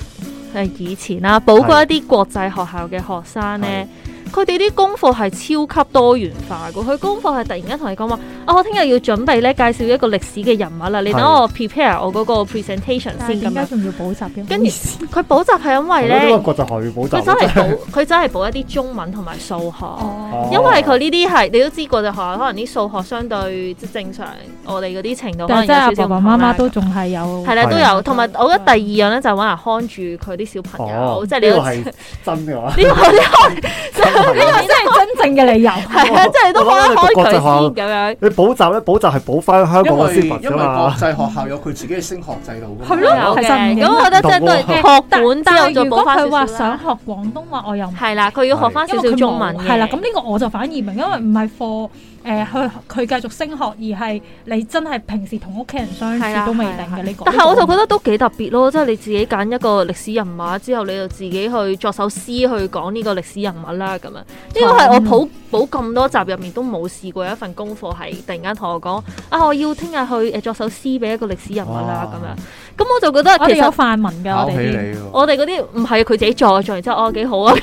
[SPEAKER 3] 誒以前啦，補過一啲國際學校嘅學生咧，佢哋啲功課係超級多元化嘅。佢功課係突然間同你講話，啊，我聽日要準備咧介紹一個歷史嘅人物啦，你等
[SPEAKER 2] 係
[SPEAKER 3] 我 prepare 我嗰個 presentation
[SPEAKER 1] 但
[SPEAKER 3] 先
[SPEAKER 1] 係
[SPEAKER 3] 咁
[SPEAKER 1] 點解
[SPEAKER 3] 樣。
[SPEAKER 1] 仲要補習嘅？
[SPEAKER 3] 跟住 [laughs] 佢補習係因為
[SPEAKER 2] 我覺得呢啊
[SPEAKER 3] 咧，
[SPEAKER 2] 個國際學語補
[SPEAKER 3] 佢真
[SPEAKER 2] 習
[SPEAKER 3] 係補佢真係補一啲中文同埋數學。
[SPEAKER 1] 哦
[SPEAKER 2] 哦
[SPEAKER 3] 因為佢呢啲係你都知國際學校可能啲數學相對即係正常，我哋嗰啲程度可能
[SPEAKER 1] 但係真係爸
[SPEAKER 3] 有少少
[SPEAKER 1] 爸
[SPEAKER 3] 唔同
[SPEAKER 1] 媽
[SPEAKER 3] 啦
[SPEAKER 1] 媽都仲係有
[SPEAKER 3] 係啦，都
[SPEAKER 1] 係
[SPEAKER 3] 有。
[SPEAKER 1] 啊
[SPEAKER 3] 同埋
[SPEAKER 1] 都有
[SPEAKER 3] 我覺得第二樣咧就係揾人看住佢啲小朋友，
[SPEAKER 2] 哦，
[SPEAKER 3] 即係你
[SPEAKER 2] 呢
[SPEAKER 3] 要
[SPEAKER 2] 個
[SPEAKER 3] 呢
[SPEAKER 2] 係真嘅話，
[SPEAKER 3] 個呢
[SPEAKER 2] 真係
[SPEAKER 1] 真係真正嘅理由。
[SPEAKER 3] 個 [laughs] 係啊，即係你都開一開佢
[SPEAKER 2] 我
[SPEAKER 3] 先咁樣。
[SPEAKER 2] 你補習咧，補習係補翻香港
[SPEAKER 4] 因
[SPEAKER 2] 嘅
[SPEAKER 4] 為
[SPEAKER 2] 先
[SPEAKER 4] 因為
[SPEAKER 2] 文啫
[SPEAKER 4] 國
[SPEAKER 2] 啊嘛。
[SPEAKER 4] 際學校有佢自己嘅升學制度㗎嘛。
[SPEAKER 1] 係咯
[SPEAKER 3] 有
[SPEAKER 1] 其實唔
[SPEAKER 3] 嘅，
[SPEAKER 1] 影
[SPEAKER 3] 咁我覺啊得即係都係
[SPEAKER 2] 同
[SPEAKER 3] 學
[SPEAKER 1] 但
[SPEAKER 3] 管之
[SPEAKER 1] 但
[SPEAKER 3] 後再
[SPEAKER 1] 係如
[SPEAKER 3] 補
[SPEAKER 1] 果
[SPEAKER 3] 翻
[SPEAKER 1] 佢話
[SPEAKER 3] 少少
[SPEAKER 1] 想
[SPEAKER 3] 啦。
[SPEAKER 1] 學廣東話，我又唔
[SPEAKER 3] 係啦，佢要學翻
[SPEAKER 1] 因
[SPEAKER 3] 少
[SPEAKER 1] 為
[SPEAKER 3] 啊少
[SPEAKER 1] 佢
[SPEAKER 3] 中文
[SPEAKER 1] 冇係啦，
[SPEAKER 3] 嘅。
[SPEAKER 1] 咁呢個我就反而明，因為唔係課誒佢佢繼續升學，而係你真係平時同屋企人相
[SPEAKER 3] 係
[SPEAKER 1] 處
[SPEAKER 3] 啦
[SPEAKER 1] 都未
[SPEAKER 3] 係啦
[SPEAKER 1] 定嘅呢個。
[SPEAKER 3] 但係我就覺
[SPEAKER 1] 得
[SPEAKER 3] 得都幾特別咯，即係你自己揀一個歷史人物之後，你就自己去作首詩去講呢個歷史人物啦咁樣。呢個係我補補咁多集入面都冇試過有一份功課係突然間同我講啊，我要聽日去誒作首詩俾一個歷史人物
[SPEAKER 2] 哇
[SPEAKER 3] 啦咁樣。咁我就覺得
[SPEAKER 1] 我
[SPEAKER 3] 其
[SPEAKER 1] 哋有
[SPEAKER 3] 實
[SPEAKER 1] 泛民噶，
[SPEAKER 4] 考
[SPEAKER 1] 我
[SPEAKER 4] 起
[SPEAKER 1] 哋啲
[SPEAKER 4] 你喎。
[SPEAKER 3] 我哋嗰啲唔係佢自己做，做完之後哦幾好啊，
[SPEAKER 1] [laughs]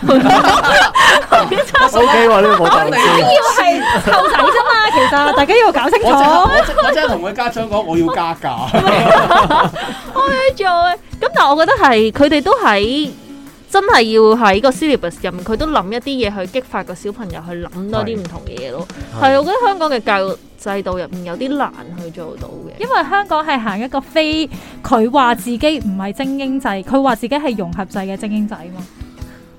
[SPEAKER 2] [laughs] O K 喎，呢個冇大
[SPEAKER 1] 係
[SPEAKER 2] 招。
[SPEAKER 1] 湊仔啫
[SPEAKER 3] [laughs]
[SPEAKER 1] 嘛，其實大家要搞清
[SPEAKER 4] 我即刻
[SPEAKER 1] 楚。
[SPEAKER 4] 我即我即刻同佢家長講，我要加價。
[SPEAKER 3] 做嘅。咁但係我覺得係佢哋都喺真係要喺個 syllabus 入面，佢都諗一啲嘢去激發個小朋友去諗多啲唔同嘅嘢咯。
[SPEAKER 4] 啊
[SPEAKER 3] 係，我覺得香港嘅教育制度入面有啲難去做到嘅。
[SPEAKER 1] 因為香港係行一個非佢話自己唔係精英制，佢話自己係融合制嘅精英制嘛。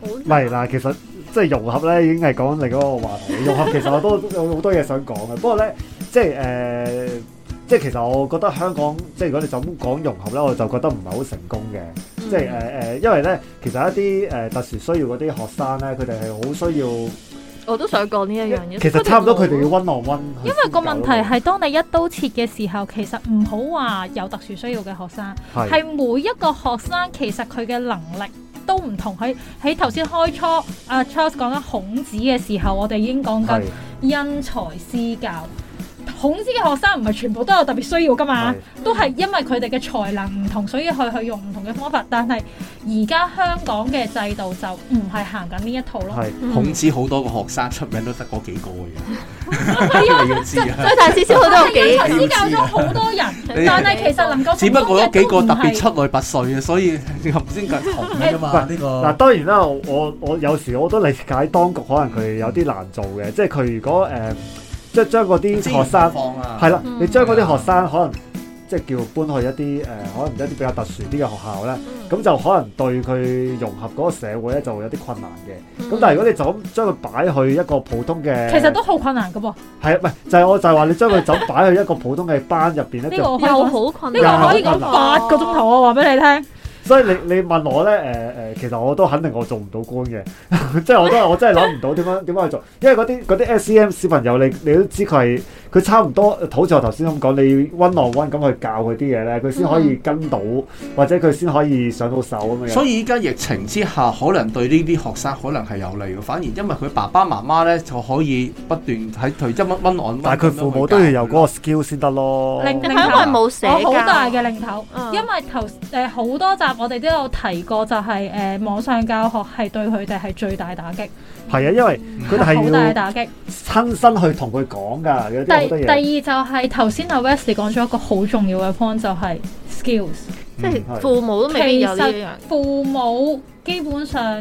[SPEAKER 2] 唔係嗱，其實即係融合咧，已經係講另一個話題。融合其實我都有好多嘢想講嘅，不過咧，即係誒、呃即係其實我覺得香港，即係如果你就咁講融合咧，我就覺得唔係好成功嘅。即係
[SPEAKER 3] 嗯
[SPEAKER 2] 誒誒，因為咧，其實一啲誒、呃特殊需要嗰啲學生咧，佢哋係好
[SPEAKER 1] 嗯
[SPEAKER 2] 需要，
[SPEAKER 3] 我都想講呢一樣嘢。
[SPEAKER 2] 其實差唔多佢哋要温浪温。
[SPEAKER 1] 因為個問題係，當你一刀切嘅時候，其實唔好話有特殊需要嘅學生，
[SPEAKER 2] 係
[SPEAKER 1] 係每一個學生其實佢嘅能力都唔同。喺喺頭先開初，阿 Charles 講緊孔子嘅時候，我哋已經講緊
[SPEAKER 2] 係
[SPEAKER 1] 因材施教。孔子嘅學生唔係全部都有特別需要噶嘛
[SPEAKER 2] 係，
[SPEAKER 1] 都係因為佢哋嘅才能唔同，所以佢去用唔同嘅方法。但係而家香港嘅制度就唔係行緊呢一套咯。
[SPEAKER 2] 係
[SPEAKER 3] 嗯
[SPEAKER 4] 孔子好多個學生出名都得嗰幾個嘅，
[SPEAKER 3] [laughs]
[SPEAKER 4] 你要知啊。
[SPEAKER 3] 所以但係至少佢都有
[SPEAKER 1] 因為因
[SPEAKER 3] 幾
[SPEAKER 1] 材施教咗好多人，
[SPEAKER 4] [laughs] 你
[SPEAKER 1] 但係其實能夠
[SPEAKER 4] 只不過有
[SPEAKER 1] 成功嘅
[SPEAKER 4] 幾個特別
[SPEAKER 1] 都唔係
[SPEAKER 4] 出類拔萃嘅，所以頭先咁紅嘅啫嘛。呢
[SPEAKER 2] 嗱，
[SPEAKER 4] 個
[SPEAKER 2] 當然啦，我我我有時我都理解當局可能佢有啲難做嘅，即係佢如果誒、呃即係將嗰啲學生
[SPEAKER 4] 放啊，
[SPEAKER 2] 係啦，
[SPEAKER 3] 嗯
[SPEAKER 2] 你將嗰啲學生可能即係叫搬去一啲誒、呃可能一啲比較特殊啲嘅學校咧，
[SPEAKER 3] 嗯
[SPEAKER 2] 咁就可能對佢融合嗰個社會咧就會有啲困難嘅。咁但係如果你就咁將佢擺去一個普通嘅，
[SPEAKER 1] 嗯其實都好困難噶噃。呢
[SPEAKER 2] 係啊，唔係就係、我就係話你將佢就咁擺去一個普通嘅班入邊咧，就
[SPEAKER 1] 個我可以
[SPEAKER 3] 又
[SPEAKER 1] 講
[SPEAKER 3] 好困
[SPEAKER 1] 呢個可以講哦
[SPEAKER 2] 又
[SPEAKER 1] 八個鐘頭，我話俾你聽。
[SPEAKER 2] 所以你你問我咧，誒、呃、誒，其實我都肯定我做唔到官嘅， [laughs] 即係我
[SPEAKER 1] [laughs]
[SPEAKER 2] 都我真係諗唔到點樣點樣去做，因為嗰啲嗰啲 S.E.M 小朋友，你你都知佢係佢差唔多，好似我頭先咁講，你温浪温咁去教佢啲嘢咧，佢先可
[SPEAKER 1] 嗯
[SPEAKER 2] 以跟到，或者佢先可以上到手咁樣。
[SPEAKER 4] 所以依家疫情之下，可能對呢啲學生可能係有利嘅，反而因為佢爸爸媽媽咧就可以不斷喺佢一蚊蚊
[SPEAKER 1] 啊
[SPEAKER 4] 按，
[SPEAKER 2] 但係佢父母都要有嗰個 skill 先得咯。
[SPEAKER 1] 令
[SPEAKER 3] 係因為冇社
[SPEAKER 1] 我好大
[SPEAKER 3] 交。
[SPEAKER 1] 嘅領頭，
[SPEAKER 3] 嗯
[SPEAKER 1] 因為頭誒好多集我哋都有提過，就係誒網上教學係對佢哋係最大打擊，
[SPEAKER 2] 係啊，因為佢哋
[SPEAKER 1] 嗯好大
[SPEAKER 2] 係
[SPEAKER 1] 嘅
[SPEAKER 2] 要
[SPEAKER 1] 打擊。
[SPEAKER 2] 親身去同佢講㗎，有啲好
[SPEAKER 1] 第
[SPEAKER 2] 多
[SPEAKER 1] 第
[SPEAKER 2] 嘢。
[SPEAKER 1] 二就係頭先阿 Wesley 講咗一個好重要嘅 point，就係 skills。
[SPEAKER 3] 即
[SPEAKER 2] 嗯
[SPEAKER 3] 係父母都未必有呢一樣。
[SPEAKER 1] 父母基本上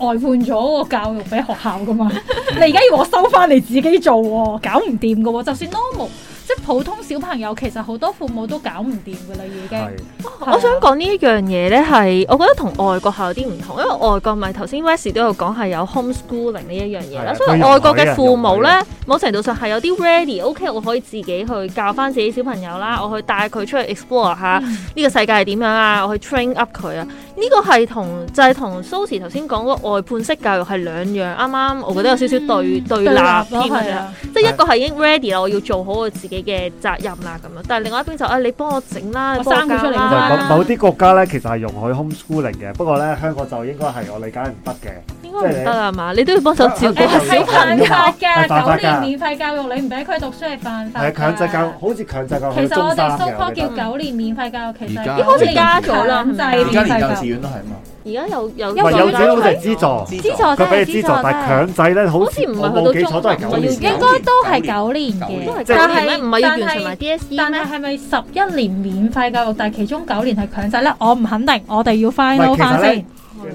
[SPEAKER 1] 外判咗個教育俾學校噶 [laughs] 嘛，你而家要我收翻嚟自己做喎，搞唔掂噶喎。就算 normal，即係普通小朋友，其實好多父母都搞唔掂噶啦，已經。
[SPEAKER 2] 係
[SPEAKER 3] 哦我想講呢一樣嘢咧，係我覺得同外國係有啲唔同，因為外國咪頭先 West 都有講係有 homeschooling 呢一樣嘢
[SPEAKER 2] 係
[SPEAKER 3] 啦，
[SPEAKER 2] 啊
[SPEAKER 3] 所
[SPEAKER 2] 佢
[SPEAKER 3] 以
[SPEAKER 2] 又
[SPEAKER 3] 外國嘅
[SPEAKER 2] 係
[SPEAKER 3] 父母
[SPEAKER 2] 又
[SPEAKER 3] 咧，某程度上係有啲 ready，OK，、我可以自己去教翻自己小朋友啦，我去帶佢出去 explore 下呢個世界係點樣啊，我去 train up 佢啊，呢、個係同就係、同 Susie 頭先講嗰個外判式教育係兩樣，啱啱我覺得有少少對、嗯對立
[SPEAKER 1] 咯，
[SPEAKER 3] 添
[SPEAKER 1] 係
[SPEAKER 3] 啊。
[SPEAKER 1] 啊，
[SPEAKER 3] 即係一個係已經 ready 啦，我要做好我自己嘅責任啦咁樣。但係另外一邊就啊，你幫我整啦，你
[SPEAKER 1] 我
[SPEAKER 3] 幫
[SPEAKER 1] 生佢
[SPEAKER 3] 教
[SPEAKER 1] 出嚟
[SPEAKER 2] 唔
[SPEAKER 1] 㗎
[SPEAKER 2] 係
[SPEAKER 1] 啫
[SPEAKER 2] 某
[SPEAKER 3] 啦
[SPEAKER 2] 某啲國家咧，其實係容許 homeschooling 嘅，不過咧香港就應該係我理解唔得嘅。
[SPEAKER 3] 應該唔得啦係嘛？你都要幫手照顧
[SPEAKER 2] 係
[SPEAKER 3] 下
[SPEAKER 1] 係
[SPEAKER 3] 小朋
[SPEAKER 1] 犯
[SPEAKER 3] 友。
[SPEAKER 1] 法
[SPEAKER 2] 係犯法
[SPEAKER 1] 㗎，九
[SPEAKER 2] 㗎
[SPEAKER 1] 年免費教育你唔俾佢讀書係犯法。
[SPEAKER 2] 係強制教，。好似強制教
[SPEAKER 1] 其
[SPEAKER 2] 去
[SPEAKER 1] 實
[SPEAKER 2] 中
[SPEAKER 1] 我
[SPEAKER 2] 三
[SPEAKER 1] 哋
[SPEAKER 2] 嘅
[SPEAKER 1] so
[SPEAKER 2] 我
[SPEAKER 1] called
[SPEAKER 2] 記
[SPEAKER 1] 叫
[SPEAKER 2] 得。
[SPEAKER 1] 九年免費教育，其實
[SPEAKER 4] 而家
[SPEAKER 1] 應該
[SPEAKER 4] 好似加
[SPEAKER 3] 咗啦
[SPEAKER 1] 強制
[SPEAKER 3] 係咪
[SPEAKER 4] 而
[SPEAKER 1] 免
[SPEAKER 4] 家
[SPEAKER 1] 費
[SPEAKER 4] 連幼
[SPEAKER 1] 教
[SPEAKER 4] 稚
[SPEAKER 1] 育。
[SPEAKER 4] 園都係啊嘛，
[SPEAKER 3] 而家有有
[SPEAKER 1] 唔
[SPEAKER 2] 唔係
[SPEAKER 1] 有
[SPEAKER 2] 幼
[SPEAKER 1] 稚園
[SPEAKER 2] 稚園
[SPEAKER 1] 好
[SPEAKER 2] 好
[SPEAKER 1] 似
[SPEAKER 2] 似
[SPEAKER 1] 係
[SPEAKER 2] 係資助，
[SPEAKER 4] 哦
[SPEAKER 1] 資助
[SPEAKER 2] 佢俾你資
[SPEAKER 1] 資
[SPEAKER 2] 助
[SPEAKER 1] 助，
[SPEAKER 2] 但係強制咧，好
[SPEAKER 3] 好似唔係
[SPEAKER 2] 我
[SPEAKER 3] 去到
[SPEAKER 2] 冇記錯都係九
[SPEAKER 3] 中學唔係要
[SPEAKER 2] 年。
[SPEAKER 1] 應該都係九年
[SPEAKER 3] 都
[SPEAKER 1] 嘅，
[SPEAKER 3] 係教年
[SPEAKER 1] 但係
[SPEAKER 3] 咩？唔係要完成
[SPEAKER 1] 但
[SPEAKER 3] 埋 DSE
[SPEAKER 1] 係
[SPEAKER 3] 咩？
[SPEAKER 1] 係咪十一年免費教育，但係其中九年係強制咧？我唔肯定，我哋要 find
[SPEAKER 2] 唔
[SPEAKER 1] out
[SPEAKER 2] 係其實
[SPEAKER 1] 翻
[SPEAKER 2] 呢
[SPEAKER 1] 先。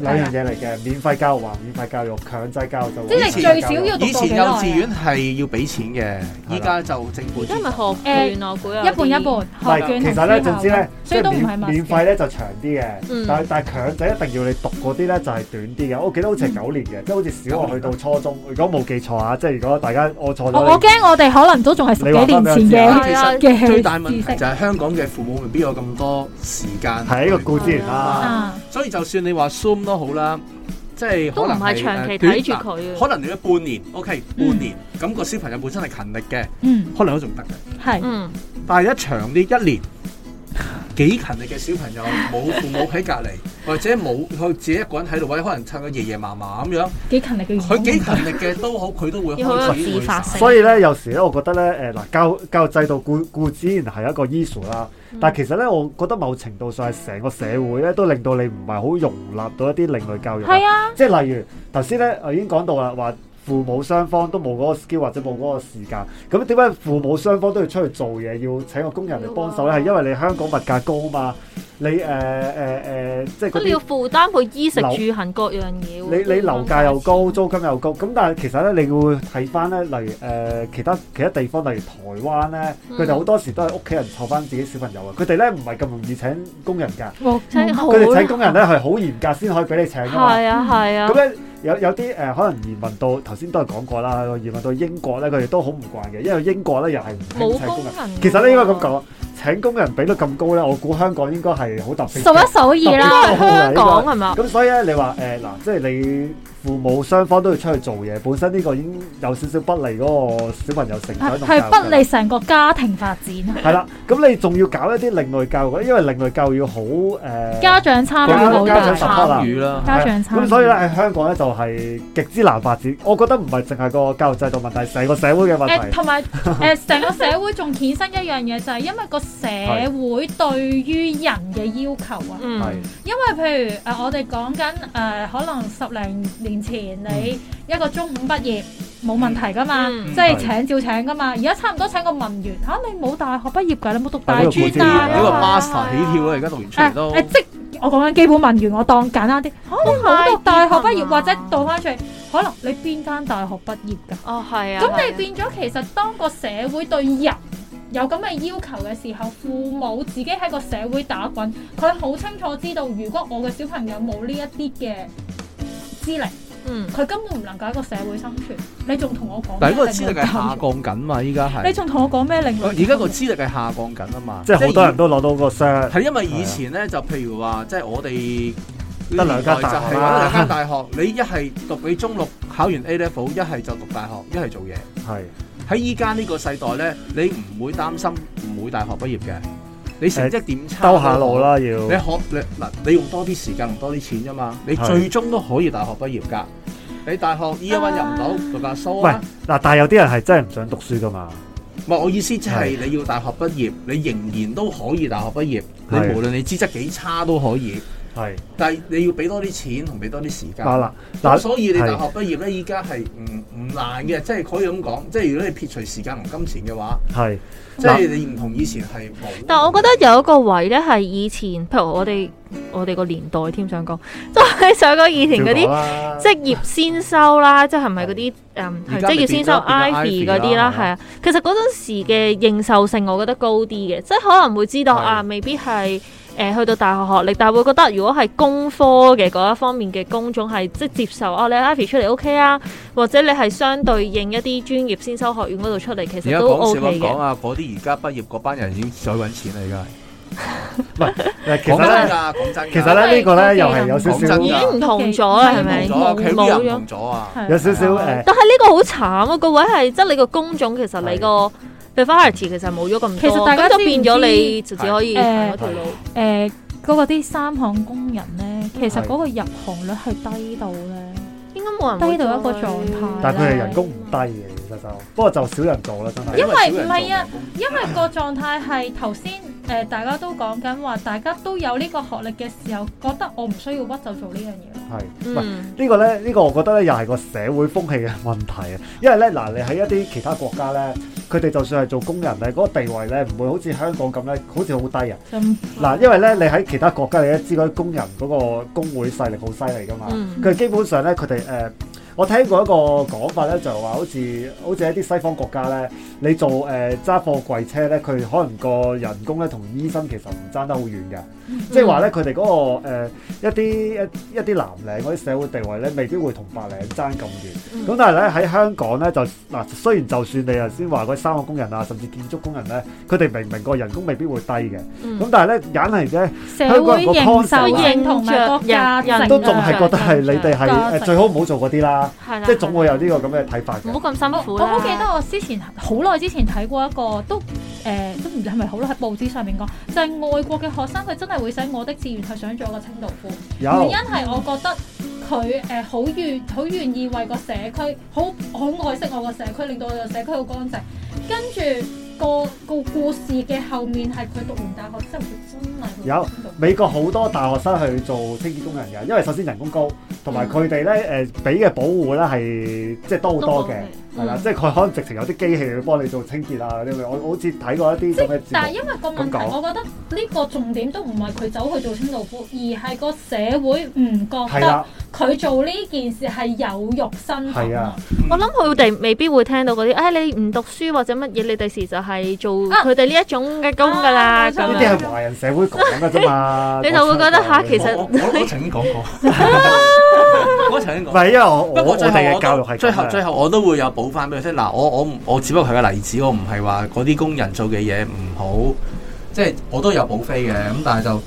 [SPEAKER 2] 兩樣嘢嚟嘅，免費教育還免費教育，強制教育就
[SPEAKER 1] 即係
[SPEAKER 2] 強制
[SPEAKER 1] 最
[SPEAKER 2] 教育
[SPEAKER 1] 少要讀
[SPEAKER 4] 以
[SPEAKER 1] 到幾
[SPEAKER 4] 前
[SPEAKER 1] 耐
[SPEAKER 4] 幼
[SPEAKER 1] 啊
[SPEAKER 4] 稚園係要俾錢嘅，依家就政府
[SPEAKER 3] 而
[SPEAKER 4] 資助。
[SPEAKER 3] 家咪學券我估有
[SPEAKER 1] 一半一
[SPEAKER 3] 啲。
[SPEAKER 2] 唔
[SPEAKER 1] 半，學
[SPEAKER 2] 係
[SPEAKER 1] 券同
[SPEAKER 2] 其實咧，
[SPEAKER 1] 私校
[SPEAKER 2] 總之咧，即
[SPEAKER 1] 所以都
[SPEAKER 2] 係
[SPEAKER 1] 唔係
[SPEAKER 2] 免
[SPEAKER 1] must
[SPEAKER 2] 免
[SPEAKER 1] 嘅
[SPEAKER 2] 費咧就長啲嘅
[SPEAKER 3] 嗯，
[SPEAKER 2] 但係但係強制一定要你讀嗰啲咧就係短啲嘅。我記得好似係九年嘅，即係好似小學去到初中。如果冇記錯啊，即係如果大家我錯
[SPEAKER 1] 我我
[SPEAKER 2] 咗，
[SPEAKER 1] 驚我哋可能都仲係十幾年
[SPEAKER 2] 你
[SPEAKER 1] 前
[SPEAKER 3] 話
[SPEAKER 1] 嘅
[SPEAKER 3] 返俾我啊知
[SPEAKER 1] 嘅
[SPEAKER 4] 最大問題
[SPEAKER 1] 知識
[SPEAKER 4] 就係香港嘅父母未必有咁多時間，
[SPEAKER 2] 係一個固之然啦。
[SPEAKER 1] 啊，
[SPEAKER 4] 所以就算你話 Zoom 都好啦，即係
[SPEAKER 3] 都
[SPEAKER 4] 可
[SPEAKER 3] 唔
[SPEAKER 4] 能
[SPEAKER 3] 係長期睇住
[SPEAKER 4] 誒短
[SPEAKER 3] 佢啊
[SPEAKER 4] 可
[SPEAKER 3] 嘅。
[SPEAKER 4] 能你一半年，OK，
[SPEAKER 1] 嗯
[SPEAKER 4] 半年，咁個小朋友本身係勤力嘅，
[SPEAKER 1] 嗯，
[SPEAKER 4] 可能都仲得嘅。
[SPEAKER 1] 係
[SPEAKER 3] 嗯，
[SPEAKER 4] 但係一長啲一年，幾勤力嘅小朋友，冇父母喺隔離， [laughs] 或者冇佢自己一個人喺度，或者可能趁佢爺爺嫲嫲咁樣，
[SPEAKER 1] 幾勤力嘅員工
[SPEAKER 4] 佢幾勤力嘅都好，佢都會
[SPEAKER 3] 嗯要好有
[SPEAKER 4] 開始
[SPEAKER 3] 自
[SPEAKER 4] 會
[SPEAKER 3] 發性
[SPEAKER 2] 所以咧，有時咧，我覺得咧，誒嗱，教教育制度固固之然係一個 issue 啦，
[SPEAKER 3] 嗯
[SPEAKER 2] 但係其實咧，我覺得某程度上係成個社會咧，都令到你唔係好容納到一啲另類教育。
[SPEAKER 3] 係啊，
[SPEAKER 2] 即係例如頭先咧，我已經講到啦，話父母雙方都冇嗰個 skill 或者冇嗰個時間，咁點解父母雙方都要出去做嘢，要請個工人嚟幫手咧？係因為你香港物價高嘛，你誒誒誒，即係
[SPEAKER 3] 咁
[SPEAKER 2] 嗰
[SPEAKER 3] 你要
[SPEAKER 2] 啲。
[SPEAKER 3] 負擔佢衣食
[SPEAKER 2] 樓
[SPEAKER 3] 住行各樣嘢喎。
[SPEAKER 2] 你你樓價又高，租金又高，咁但係其實咧，你會睇翻咧，例如誒、呃其他其他地方，例如台灣咧，
[SPEAKER 3] 嗯
[SPEAKER 2] 佢哋好多時都係屋企人湊翻自己小朋友啊，佢哋咧唔係咁容易請工人㗎，
[SPEAKER 1] 我
[SPEAKER 3] 真係好
[SPEAKER 2] 佢哋請工人咧係好嚴格先可以俾你請㗎嘛。
[SPEAKER 3] 係啊係啊
[SPEAKER 2] 咁，咧有有啲誒、呃可能移民到頭先都係講過啦，移民到英國咧，佢哋都好唔慣嘅，因為英國咧又係唔興
[SPEAKER 3] 冇
[SPEAKER 2] 請
[SPEAKER 3] 工
[SPEAKER 2] 工人。
[SPEAKER 3] 人。
[SPEAKER 2] 其實咧應該咁。講，請工人俾得咁高咧，我估香港應該係好特別
[SPEAKER 3] 數
[SPEAKER 2] 嘅。
[SPEAKER 3] 一數二啦，
[SPEAKER 2] 特別高啊
[SPEAKER 3] 香港係嘛？
[SPEAKER 2] 咁所以咧，你話誒嗱，即係你父母雙方都要出去做嘢，本身呢個已經有少少不利嗰個小朋友成長同教育
[SPEAKER 1] 啊係
[SPEAKER 2] 㗎啦
[SPEAKER 1] 不利成個家庭發展啊！
[SPEAKER 2] 係啦，咁你仲要搞一啲另類教育，因為另類教育要好誒。呃
[SPEAKER 1] 家長參與
[SPEAKER 2] 家
[SPEAKER 1] 好
[SPEAKER 2] 家長
[SPEAKER 1] 大，
[SPEAKER 2] support 啦
[SPEAKER 4] 參與啦。
[SPEAKER 1] 家長參與
[SPEAKER 2] 咁所以咧喺香港咧就係極之難發展。我覺得唔係淨係個教育制度問題，成個社會嘅問
[SPEAKER 1] 誒
[SPEAKER 2] 題。
[SPEAKER 1] 同埋
[SPEAKER 2] [laughs]
[SPEAKER 1] 誒成個社會仲衍生一樣嘢，就係因為個社會對於人嘅要求啊。
[SPEAKER 3] 嗯，
[SPEAKER 2] 係
[SPEAKER 1] 因為譬如誒、呃我哋講緊誒，呃可能十零年前你
[SPEAKER 2] 嗯
[SPEAKER 1] 一個中五畢業冇問題噶嘛，
[SPEAKER 3] 嗯
[SPEAKER 1] 即係
[SPEAKER 2] 係
[SPEAKER 1] 請照請噶嘛。而家差唔多請個文員嚇、你冇大學畢業㗎，你冇讀
[SPEAKER 2] 但
[SPEAKER 1] 大
[SPEAKER 2] 呢個
[SPEAKER 1] 專
[SPEAKER 2] 固之然
[SPEAKER 1] 啊？
[SPEAKER 2] 啦
[SPEAKER 4] 呢個
[SPEAKER 2] 因為
[SPEAKER 4] master 起跳啦，而家讀完出嚟
[SPEAKER 1] 誒
[SPEAKER 4] 都
[SPEAKER 3] 啊
[SPEAKER 1] 誒，即我講緊基本文員，我當簡單啲。可能冇讀大學畢業，或者倒翻轉，可能你邊間大學畢業㗎？
[SPEAKER 3] 哦係啊。
[SPEAKER 1] 咁你變咗其實當個社會對人有咁嘅要求嘅時候，父母自己喺個社會打滾，佢好清楚知道，如果我嘅小朋友冇呢一啲嘅資歷，
[SPEAKER 3] 嗯
[SPEAKER 1] 佢根本唔能夠喺個社會生存。你仲同我講
[SPEAKER 4] 但係嗰個
[SPEAKER 1] 咩
[SPEAKER 4] 資
[SPEAKER 1] 另
[SPEAKER 4] 歷
[SPEAKER 1] 類
[SPEAKER 4] 係下
[SPEAKER 1] 教育？
[SPEAKER 4] 降緊嘛，依家係
[SPEAKER 1] 你。仲同我講咩另
[SPEAKER 2] 哦
[SPEAKER 1] 類？
[SPEAKER 4] 而家個資歷係下降緊啊嘛，
[SPEAKER 2] 即係好多人都攞到個 cert，
[SPEAKER 4] 係因為以前咧就譬如話，即係我哋
[SPEAKER 2] 得兩間大學
[SPEAKER 4] 就係
[SPEAKER 2] 啦
[SPEAKER 4] 得兩間大學，你一係讀你中六考完 A level，一係就讀大學，一係做嘢。
[SPEAKER 2] 係
[SPEAKER 4] 喺依家呢個世代咧，你唔會擔心唔會大學畢業嘅，你成績點差
[SPEAKER 2] 兜下路。啦要
[SPEAKER 4] 你。學啊你嗱，你用多啲時間，用多啲錢啫嘛，你
[SPEAKER 2] 係
[SPEAKER 4] 最終都可以大學畢業㗎。你大學 E 一 n 入唔到，讀下數
[SPEAKER 2] 喂
[SPEAKER 4] 啊！
[SPEAKER 2] 嗱，但係有啲人係真係唔想讀書噶嘛，
[SPEAKER 4] 唔係我意思，即係你要大學畢業，你仍然都可以大學畢業。你
[SPEAKER 2] 係
[SPEAKER 4] 無論你資質幾差都可以，
[SPEAKER 2] 係
[SPEAKER 4] 但係你要俾多啲錢同俾多啲時間。
[SPEAKER 2] 嗱
[SPEAKER 4] 咁
[SPEAKER 2] 嗱
[SPEAKER 4] 所以你大
[SPEAKER 2] 係
[SPEAKER 4] 學畢業咧，依家係唔唔難嘅，即係可以咁講。即係如果你撇除時間同金錢嘅話，
[SPEAKER 2] 係
[SPEAKER 4] 即係你唔同以前係冇。
[SPEAKER 3] 但我覺得有一個位咧係以前，譬如我哋我哋個年代添，想講都係想講以前嗰啲
[SPEAKER 2] 啲
[SPEAKER 3] 職業先修啦，即係咪嗰啲誒
[SPEAKER 4] 而
[SPEAKER 3] 係
[SPEAKER 4] 家
[SPEAKER 3] 職業先修
[SPEAKER 4] 就變咗變
[SPEAKER 3] Ivy
[SPEAKER 4] 咗
[SPEAKER 3] 嗰啲啦，
[SPEAKER 4] Ivy 啦
[SPEAKER 3] 係啊。其實嗰陣時嘅認受性，我覺得高啲嘅，即係可能會知道
[SPEAKER 2] 係
[SPEAKER 3] 啊，未必係。誒、去到大學學歷，但係會覺得如果係工科嘅嗰一方面嘅工種係即係接受啊，你 Ivy 出嚟 OK 啊，或者你係相對應一啲專業先修學院嗰度出嚟，其
[SPEAKER 4] 而
[SPEAKER 3] 實
[SPEAKER 4] 家
[SPEAKER 3] 都
[SPEAKER 4] 講笑
[SPEAKER 3] OK
[SPEAKER 4] 咁講
[SPEAKER 3] 嘅。
[SPEAKER 4] 啊，嗰啲而家畢業嗰班人已經再揾錢啦，
[SPEAKER 2] 誒，
[SPEAKER 4] 而
[SPEAKER 2] 其
[SPEAKER 4] 家講
[SPEAKER 2] 實
[SPEAKER 4] 真
[SPEAKER 2] 咧，
[SPEAKER 4] 㗎，講真㗎，
[SPEAKER 2] 其實咧呢個咧又係有少
[SPEAKER 4] 講真
[SPEAKER 2] 少
[SPEAKER 4] 㗎
[SPEAKER 3] 已經唔同咗啦，係咪
[SPEAKER 4] 唔？同咗啊，佢
[SPEAKER 3] 冇
[SPEAKER 4] 啲人
[SPEAKER 3] 咗
[SPEAKER 4] 唔同咗啊。
[SPEAKER 1] 係
[SPEAKER 2] 有少少誒，
[SPEAKER 3] 但係呢個好慘啊！個位係即係你個工種，其實你個 diversity 其實冇咗咁多，
[SPEAKER 1] 其實大家
[SPEAKER 3] 咁就
[SPEAKER 1] 知唔
[SPEAKER 3] 變
[SPEAKER 1] 知
[SPEAKER 3] 咗你就只可以
[SPEAKER 1] 係
[SPEAKER 3] 行嗰條路。
[SPEAKER 1] 誒嗰個啲三行工人咧，其實嗰個入行率係低到咧，
[SPEAKER 3] 應該冇人會
[SPEAKER 1] 低到一個
[SPEAKER 3] 再
[SPEAKER 1] 狀態
[SPEAKER 2] 但係佢哋人工唔低嘅，其實就不過就少人做啦，真係。
[SPEAKER 1] 因為唔係
[SPEAKER 4] 係
[SPEAKER 1] 啊，因為個狀態係頭先誒大家都講緊話，大家都有呢個學歷嘅時候，覺得我唔需要屈就做呢樣嘢。
[SPEAKER 2] 係，喂
[SPEAKER 3] 嗯，
[SPEAKER 2] 呢個咧，呢個我覺得咧，又係個社會風氣嘅問題啊！因為咧，嗱，你喺一啲其他國家咧，佢哋就算係做工人咧，嗰個地位咧，唔會好似香港咁咧，好似好低啊！
[SPEAKER 1] 咁
[SPEAKER 2] 嗱，因為咧，你喺其他國家，你都知嗰啲工人嗰個工會勢力好犀利噶嘛。
[SPEAKER 3] 嗯
[SPEAKER 2] 佢基本上咧，佢哋誒，我聽過一個講法咧，就係話好似好似喺啲西方國家咧，你做呃誒揸、貨櫃車咧，佢可能個人工咧同醫生其實唔爭得好遠嘅，
[SPEAKER 3] 嗯
[SPEAKER 2] 即係話咧佢哋嗰個、誒一啲一一啲藍領嗰啲社會地位咧，未必會同白領爭咁遠。
[SPEAKER 3] 嗯
[SPEAKER 2] 咁但係咧喺香港咧就嗱，雖然就算你頭先話嗰三個工人啊，甚至建築工人咧，佢哋明明個人工未必會低嘅，
[SPEAKER 3] 嗯
[SPEAKER 2] 咁但係咧硬係咧。
[SPEAKER 1] 社會認受認同埋個價值啊
[SPEAKER 2] 啊都仲係覺得係你哋係
[SPEAKER 1] 價值
[SPEAKER 2] 誒最好唔好做嗰啲啦，
[SPEAKER 3] 係啦，
[SPEAKER 2] 即係總會有呢個咁嘅睇法
[SPEAKER 3] 唔
[SPEAKER 2] 嘅。
[SPEAKER 3] 好咁辛
[SPEAKER 1] 我
[SPEAKER 3] 苦
[SPEAKER 1] 我
[SPEAKER 3] 啦。
[SPEAKER 1] 好記得我之前好耐之前睇過一個都誒都唔知係咪好啦，喺報紙上面講，就係、外國嘅學生佢真係會寫我的志願係想做一個清道夫。原
[SPEAKER 2] 有
[SPEAKER 1] 因係我覺得佢誒好願好願意為個社區好好愛惜我個社區，令到我個社區好乾淨。跟住個個故事嘅後面係佢讀完大學之後，佢真係去
[SPEAKER 2] 有
[SPEAKER 1] 清道夫
[SPEAKER 2] 美國好多大學生去做清潔工人嘅，因為首先人工高，同埋佢哋咧誒俾嘅保護咧係即係多好多嘅，
[SPEAKER 3] 嗯多
[SPEAKER 2] 係啦，
[SPEAKER 3] 嗯
[SPEAKER 2] 即係佢可能直情有啲機器去幫你做清潔啊嗰啲咁樣。我我好似睇過一啲咁嘅
[SPEAKER 1] 但
[SPEAKER 2] 節
[SPEAKER 1] 係
[SPEAKER 2] 目，
[SPEAKER 1] 因為個問題，
[SPEAKER 2] 咁講
[SPEAKER 1] 我覺得呢個重點都唔係佢走去做清道夫，而係個社會唔覺
[SPEAKER 2] 係
[SPEAKER 1] 得
[SPEAKER 3] 啊
[SPEAKER 2] 啦，
[SPEAKER 1] 佢做呢件事係有辱身份
[SPEAKER 2] 係啊
[SPEAKER 1] 啊。
[SPEAKER 3] 我諗佢哋未必會聽到嗰啲，唉、你唔讀書或者乜嘢，你第時就係做
[SPEAKER 1] 啊
[SPEAKER 3] 佢哋呢一種嘅工㗎啦，
[SPEAKER 1] 啊
[SPEAKER 3] 咁
[SPEAKER 1] 冇錯啦
[SPEAKER 2] 呢啲
[SPEAKER 3] 樣。
[SPEAKER 2] 係華人社會講嘅啫嘛
[SPEAKER 3] [laughs] 你就會覺得吓其實
[SPEAKER 4] 我我我我曾經講過，
[SPEAKER 3] [laughs]
[SPEAKER 4] 我曾經
[SPEAKER 2] 唔
[SPEAKER 4] 講過。
[SPEAKER 2] 係因為我我
[SPEAKER 4] 不過
[SPEAKER 2] 我
[SPEAKER 4] 最後
[SPEAKER 2] 哋
[SPEAKER 4] 我
[SPEAKER 2] 嘅
[SPEAKER 4] 都
[SPEAKER 2] 教育係
[SPEAKER 4] 最後最
[SPEAKER 2] 後
[SPEAKER 4] 後我都會有補翻俾佢聽。嗱，我我唔我只不過係個例子，我唔係話嗰啲工人做嘅嘢唔好，即係我都有補飛嘅。咁但係就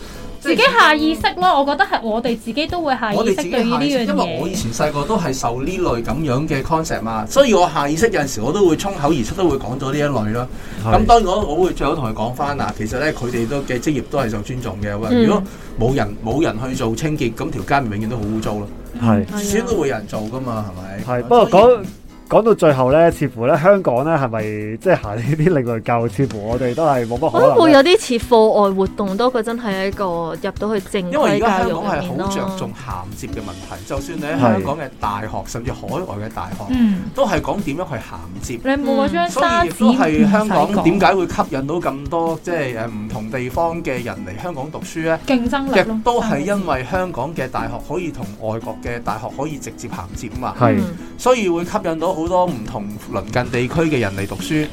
[SPEAKER 1] 自
[SPEAKER 4] 即係
[SPEAKER 1] 己下意識咯，我覺得係我哋自己都會下意
[SPEAKER 4] 我
[SPEAKER 1] 識
[SPEAKER 4] 哋自己
[SPEAKER 1] 對於呢
[SPEAKER 4] 下意識，
[SPEAKER 1] 樣
[SPEAKER 4] 因為我
[SPEAKER 1] 嘢
[SPEAKER 4] 以。前細個都係受呢類咁樣嘅 concept 嘛，所以我下意識有陣時我都會衝口而出都會講咗呢一類咯。咁當然我我會最好同佢講翻嗱，其實咧佢哋都嘅職業都係受尊重嘅。喂，
[SPEAKER 3] 嗯
[SPEAKER 4] 如果冇人冇人去做清潔，咁條街咪永遠都好污糟咯。
[SPEAKER 2] 係。
[SPEAKER 3] 係啊
[SPEAKER 4] 始終都會有人做噶嘛，係咪？
[SPEAKER 2] 係，不過
[SPEAKER 4] 所以
[SPEAKER 2] 講講到最後咧，似乎咧香港咧係咪即係行呢啲另類教育，似乎我哋都係冇乜
[SPEAKER 3] 我
[SPEAKER 2] 可
[SPEAKER 3] 覺得
[SPEAKER 2] 能
[SPEAKER 3] 會
[SPEAKER 2] 呢。
[SPEAKER 3] 有啲似課外活動多過真係一個入到去正
[SPEAKER 4] 因為而
[SPEAKER 3] 規
[SPEAKER 4] 家
[SPEAKER 3] 教
[SPEAKER 4] 香
[SPEAKER 3] 育
[SPEAKER 4] 港
[SPEAKER 3] 入
[SPEAKER 4] 係
[SPEAKER 3] 面
[SPEAKER 4] 好着
[SPEAKER 3] 咯
[SPEAKER 4] 重。銜接嘅問題，就算你喺
[SPEAKER 2] 係
[SPEAKER 4] 香港嘅大學，甚至海外嘅大學，
[SPEAKER 1] 嗯，
[SPEAKER 4] 都係講點樣去銜接。
[SPEAKER 1] 你有冇嗰張
[SPEAKER 4] 所
[SPEAKER 1] 沙
[SPEAKER 4] 以亦
[SPEAKER 1] 紙
[SPEAKER 4] 都係香
[SPEAKER 1] 唔使
[SPEAKER 4] 港
[SPEAKER 1] 講
[SPEAKER 4] 點解會吸引到咁多即係誒唔同地方嘅人嚟香港讀書呢？
[SPEAKER 1] 競爭力咯
[SPEAKER 4] 亦，都係因為香港嘅大學可以同外國嘅大學可以直接銜接啊嘛，
[SPEAKER 2] 係，
[SPEAKER 4] 所以會吸引到好多唔同鄰近地區嘅人嚟讀書。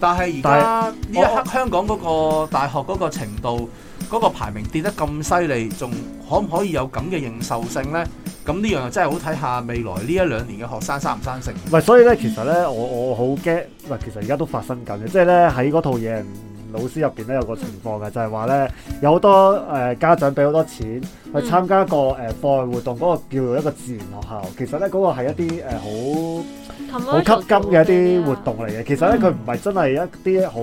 [SPEAKER 4] 但係而家呢一刻香港嗰個大學嗰個程度嗰、個排名跌得咁犀利，仲可唔可以有咁嘅認受性呢？咁呢樣真係好睇下未來呢一兩年嘅學生生唔生性。
[SPEAKER 2] 唔係所以咧，其實咧，我我好驚，唔係其實而家都發生緊嘅，即係咧喺嗰套嘢老師入邊咧有個情況嘅，就係話咧有好多誒、呃家長俾好多錢去
[SPEAKER 3] 嗯
[SPEAKER 2] 參加個誒課外活動，嗰、個叫做一個自然學校，其實咧嗰、個係一啲誒好。
[SPEAKER 1] 啊
[SPEAKER 2] 好吸金嘅一啲活動嚟嘅。其實咧，
[SPEAKER 1] 嗯
[SPEAKER 2] 佢唔係真係一啲好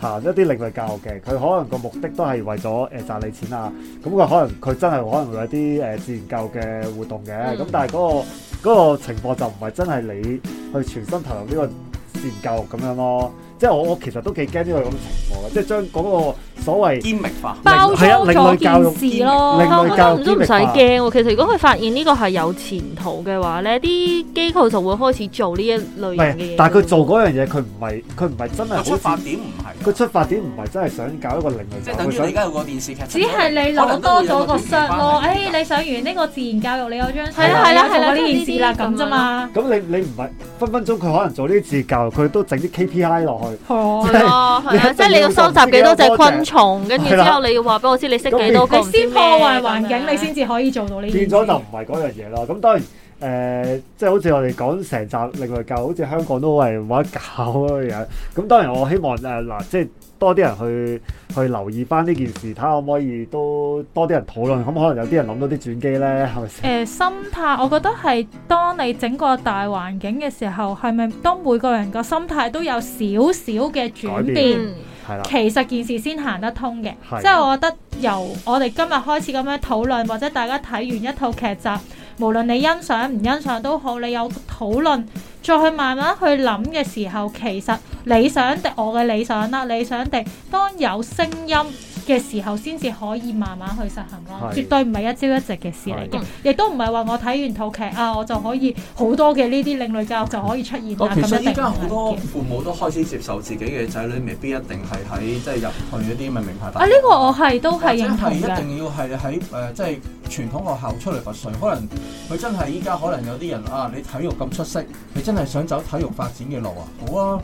[SPEAKER 2] 行一啲另類教育嘅，佢可能個目的都係為咗誒賺你錢啊。咁佢可能佢真係可能會有啲誒自然教育嘅活動嘅。
[SPEAKER 3] 嗯
[SPEAKER 2] 咁但係嗰個嗰個情況就唔係真係你去全身投入呢個自然教育咁樣咯。即係我我其實都幾驚呢個咁嘅情況嘅，即係將嗰個所謂啊
[SPEAKER 4] 兼明化，
[SPEAKER 1] 包裝咗件事咯。
[SPEAKER 2] 另
[SPEAKER 3] 但我
[SPEAKER 2] 類
[SPEAKER 3] 覺
[SPEAKER 2] 教
[SPEAKER 3] 得
[SPEAKER 2] 育
[SPEAKER 3] 都唔使
[SPEAKER 2] 之力吧
[SPEAKER 3] 驚喎。其實如果佢發現呢個係有前途嘅話咧，啲機構就會開始做呢一類
[SPEAKER 2] 唔
[SPEAKER 3] 型嘅嘢
[SPEAKER 2] 係，。但係佢做嗰樣嘢，佢唔係佢唔係真係
[SPEAKER 4] 個出
[SPEAKER 2] 好
[SPEAKER 4] 發
[SPEAKER 2] 似
[SPEAKER 4] 點唔係
[SPEAKER 2] 佢。出發點唔係真係想搞一個另類
[SPEAKER 4] 即
[SPEAKER 2] 教
[SPEAKER 4] 係
[SPEAKER 2] 育，
[SPEAKER 4] 等
[SPEAKER 2] 佢
[SPEAKER 4] 於你
[SPEAKER 2] 想
[SPEAKER 4] 而家有個電視劇，
[SPEAKER 1] 只係你攞多咗個哎 shirt 咯，誒，你上完呢個自然教育，你有張
[SPEAKER 3] 係啦係啦係啦
[SPEAKER 1] 呢件事啦，
[SPEAKER 3] 即係呢啲
[SPEAKER 1] 咁啫嘛，
[SPEAKER 2] 咁你你唔係分分鐘佢可能做呢啲自教育，佢都整啲 KPI 落去。
[SPEAKER 1] 係啊
[SPEAKER 3] 係啊，係啊，
[SPEAKER 2] 你
[SPEAKER 3] 即係你要收集幾多隻昆蟲，跟住
[SPEAKER 2] 係
[SPEAKER 3] 之
[SPEAKER 2] 啦
[SPEAKER 3] 後你要話俾我知你識幾多個
[SPEAKER 1] 你
[SPEAKER 3] 唔知
[SPEAKER 1] 先
[SPEAKER 3] 咩
[SPEAKER 1] 破壞環
[SPEAKER 3] 咁
[SPEAKER 1] 境，
[SPEAKER 3] 樣
[SPEAKER 1] 你先至可以做到呢件
[SPEAKER 2] 變
[SPEAKER 1] 事。
[SPEAKER 2] 咗就唔係嗰樣嘢咯。咁當然誒、呃即係好似我哋講成集另外教，好似香港都係冇得搞嗰樣。咁當然我希望誒嗱、即係多啲人去去留意翻呢件事，睇下可唔可以都多啲人討論。咁可能有啲人諗到啲轉機咧，係咪
[SPEAKER 1] 誒、
[SPEAKER 4] [laughs]
[SPEAKER 2] 先？
[SPEAKER 1] 心態，我覺得係當你整個大環境嘅時候，係咪當每個人個心態都有少少嘅轉
[SPEAKER 2] 改
[SPEAKER 1] 變
[SPEAKER 2] 變？
[SPEAKER 3] 嗯
[SPEAKER 2] 係啦，
[SPEAKER 1] 其實件事先行得通嘅，
[SPEAKER 2] 啊係
[SPEAKER 1] 即係我覺得由我哋今日開始咁樣討論，或者大家睇完一套劇集，無論你欣賞唔欣賞都好，你有討論，再去慢慢去諗嘅時候，其實理想地我嘅理想啦，理想地當有聲音嘅時候，先至可以慢慢去實行咯，
[SPEAKER 2] 係
[SPEAKER 1] 絕對唔係一朝一夕嘅事嚟
[SPEAKER 3] 係
[SPEAKER 1] 嘅，亦都唔係話我睇完套劇啊，我就可以好多嘅呢啲另類教育就可以出現
[SPEAKER 4] 我
[SPEAKER 1] 啦，
[SPEAKER 4] 哦其
[SPEAKER 1] 咁
[SPEAKER 4] 實
[SPEAKER 1] 一定
[SPEAKER 4] 依
[SPEAKER 1] 唔
[SPEAKER 4] 家好
[SPEAKER 1] 係
[SPEAKER 4] 多
[SPEAKER 1] 嘅。
[SPEAKER 4] 父母都開始接受自己嘅仔女，未必一定係喺即係入去嗰啲咪名牌大
[SPEAKER 1] 啊！呢、個我係都係認同
[SPEAKER 4] 或者係
[SPEAKER 1] 嘅
[SPEAKER 4] 一。定要係喺誒即係傳統學校出嚟拔萃，可能佢真係依家可能有啲人啊，你體育咁出色，你真係想走體育發展嘅路啊，好啊，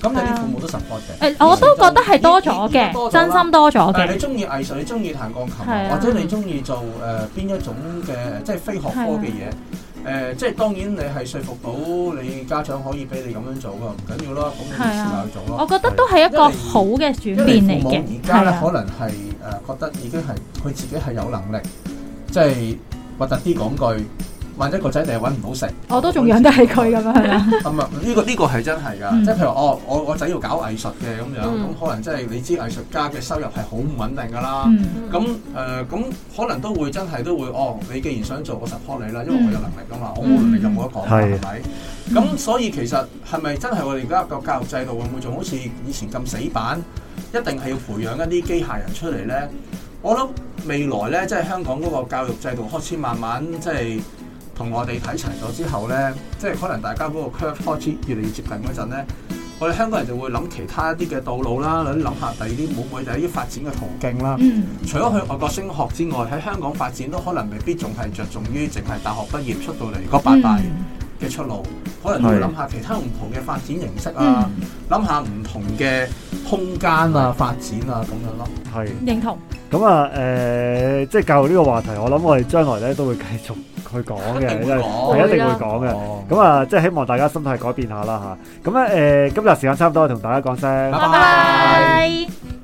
[SPEAKER 4] 咁有
[SPEAKER 1] 係
[SPEAKER 4] 啲
[SPEAKER 1] 啊
[SPEAKER 4] 父母都 support 嘅。
[SPEAKER 1] 誒，我都覺得係多咗
[SPEAKER 4] 已經多
[SPEAKER 1] 嘅，
[SPEAKER 4] 咗啦
[SPEAKER 1] 真心多咗
[SPEAKER 4] 但係
[SPEAKER 1] 嘅
[SPEAKER 4] 你。中意藝術，你中意彈鋼琴
[SPEAKER 1] 係啊
[SPEAKER 4] 啊，或者你中意做誒邊一種嘅即係非學科嘅
[SPEAKER 1] 啊
[SPEAKER 4] 嘢。誒、即係當然你係說服到你家長可以俾你咁樣做啊，唔緊要啦，咁你試下去做咯
[SPEAKER 1] 我。覺得都係啊一個好嘅轉
[SPEAKER 4] 因為
[SPEAKER 1] 變
[SPEAKER 4] 父
[SPEAKER 1] 嚟
[SPEAKER 4] 母
[SPEAKER 1] 嘅，
[SPEAKER 4] 而家
[SPEAKER 1] 係
[SPEAKER 4] 咧
[SPEAKER 1] 啊
[SPEAKER 4] 可能係誒呃覺得已經係佢自己係有能力，即係核突啲講句，萬一個仔定係揾唔好食。
[SPEAKER 1] 我都仲養得起佢咁樣係咪？
[SPEAKER 4] 咁啊，呢個呢個係真係㗎，
[SPEAKER 1] 嗯
[SPEAKER 4] 即係譬如哦，我我仔要搞藝術嘅咁樣，
[SPEAKER 3] 嗯
[SPEAKER 4] 咁可能即係你知藝術家嘅收入係好唔穩定㗎啦。
[SPEAKER 1] 嗯
[SPEAKER 4] 咁誒，呃咁可能都會真係都會哦，你既然想做，我 support 你啦，因為我有能力㗎嘛，我冇能力就冇得講啦，
[SPEAKER 2] 係
[SPEAKER 4] 係咪？咁所以其實係咪真係我哋而家個教育制度會唔會仲好似以前咁死板，一定係要培養一啲機械人出嚟咧？我諗未來咧，即係香港嗰個教育制度開始慢慢即係同我哋睇齊咗之後咧，即係可能大家嗰個 curve 開始越嚟越接近嗰陣咧，我哋香港人就會諗其他一啲嘅道路啦，諗下第二啲會唔會第二啲發展嘅途徑啦。
[SPEAKER 1] 嗯
[SPEAKER 4] 除咗去外國升學之外，喺香港發展都可能未必仲係着重於淨係大學畢業出到嚟嗰八大
[SPEAKER 1] 嗯
[SPEAKER 4] 嘅出路，可能都會諗下其他唔同嘅發展形式
[SPEAKER 1] 嗯
[SPEAKER 4] 啊，諗下唔同嘅空間啊、發展啊咁樣咯。
[SPEAKER 2] 係。
[SPEAKER 1] 認同。
[SPEAKER 2] 咁啊，誒、即係教育呢個話題，我諗我哋將來咧都會繼續去講嘅，
[SPEAKER 4] [laughs] 一定會
[SPEAKER 2] 因為
[SPEAKER 4] 講
[SPEAKER 2] 係一定會講嘅。
[SPEAKER 4] 哦
[SPEAKER 2] 咁啊，即係希望大家心態改變下啦嚇。咁咧誒，今日時間差唔多，同大家講聲。
[SPEAKER 4] 拜
[SPEAKER 3] 拜拜。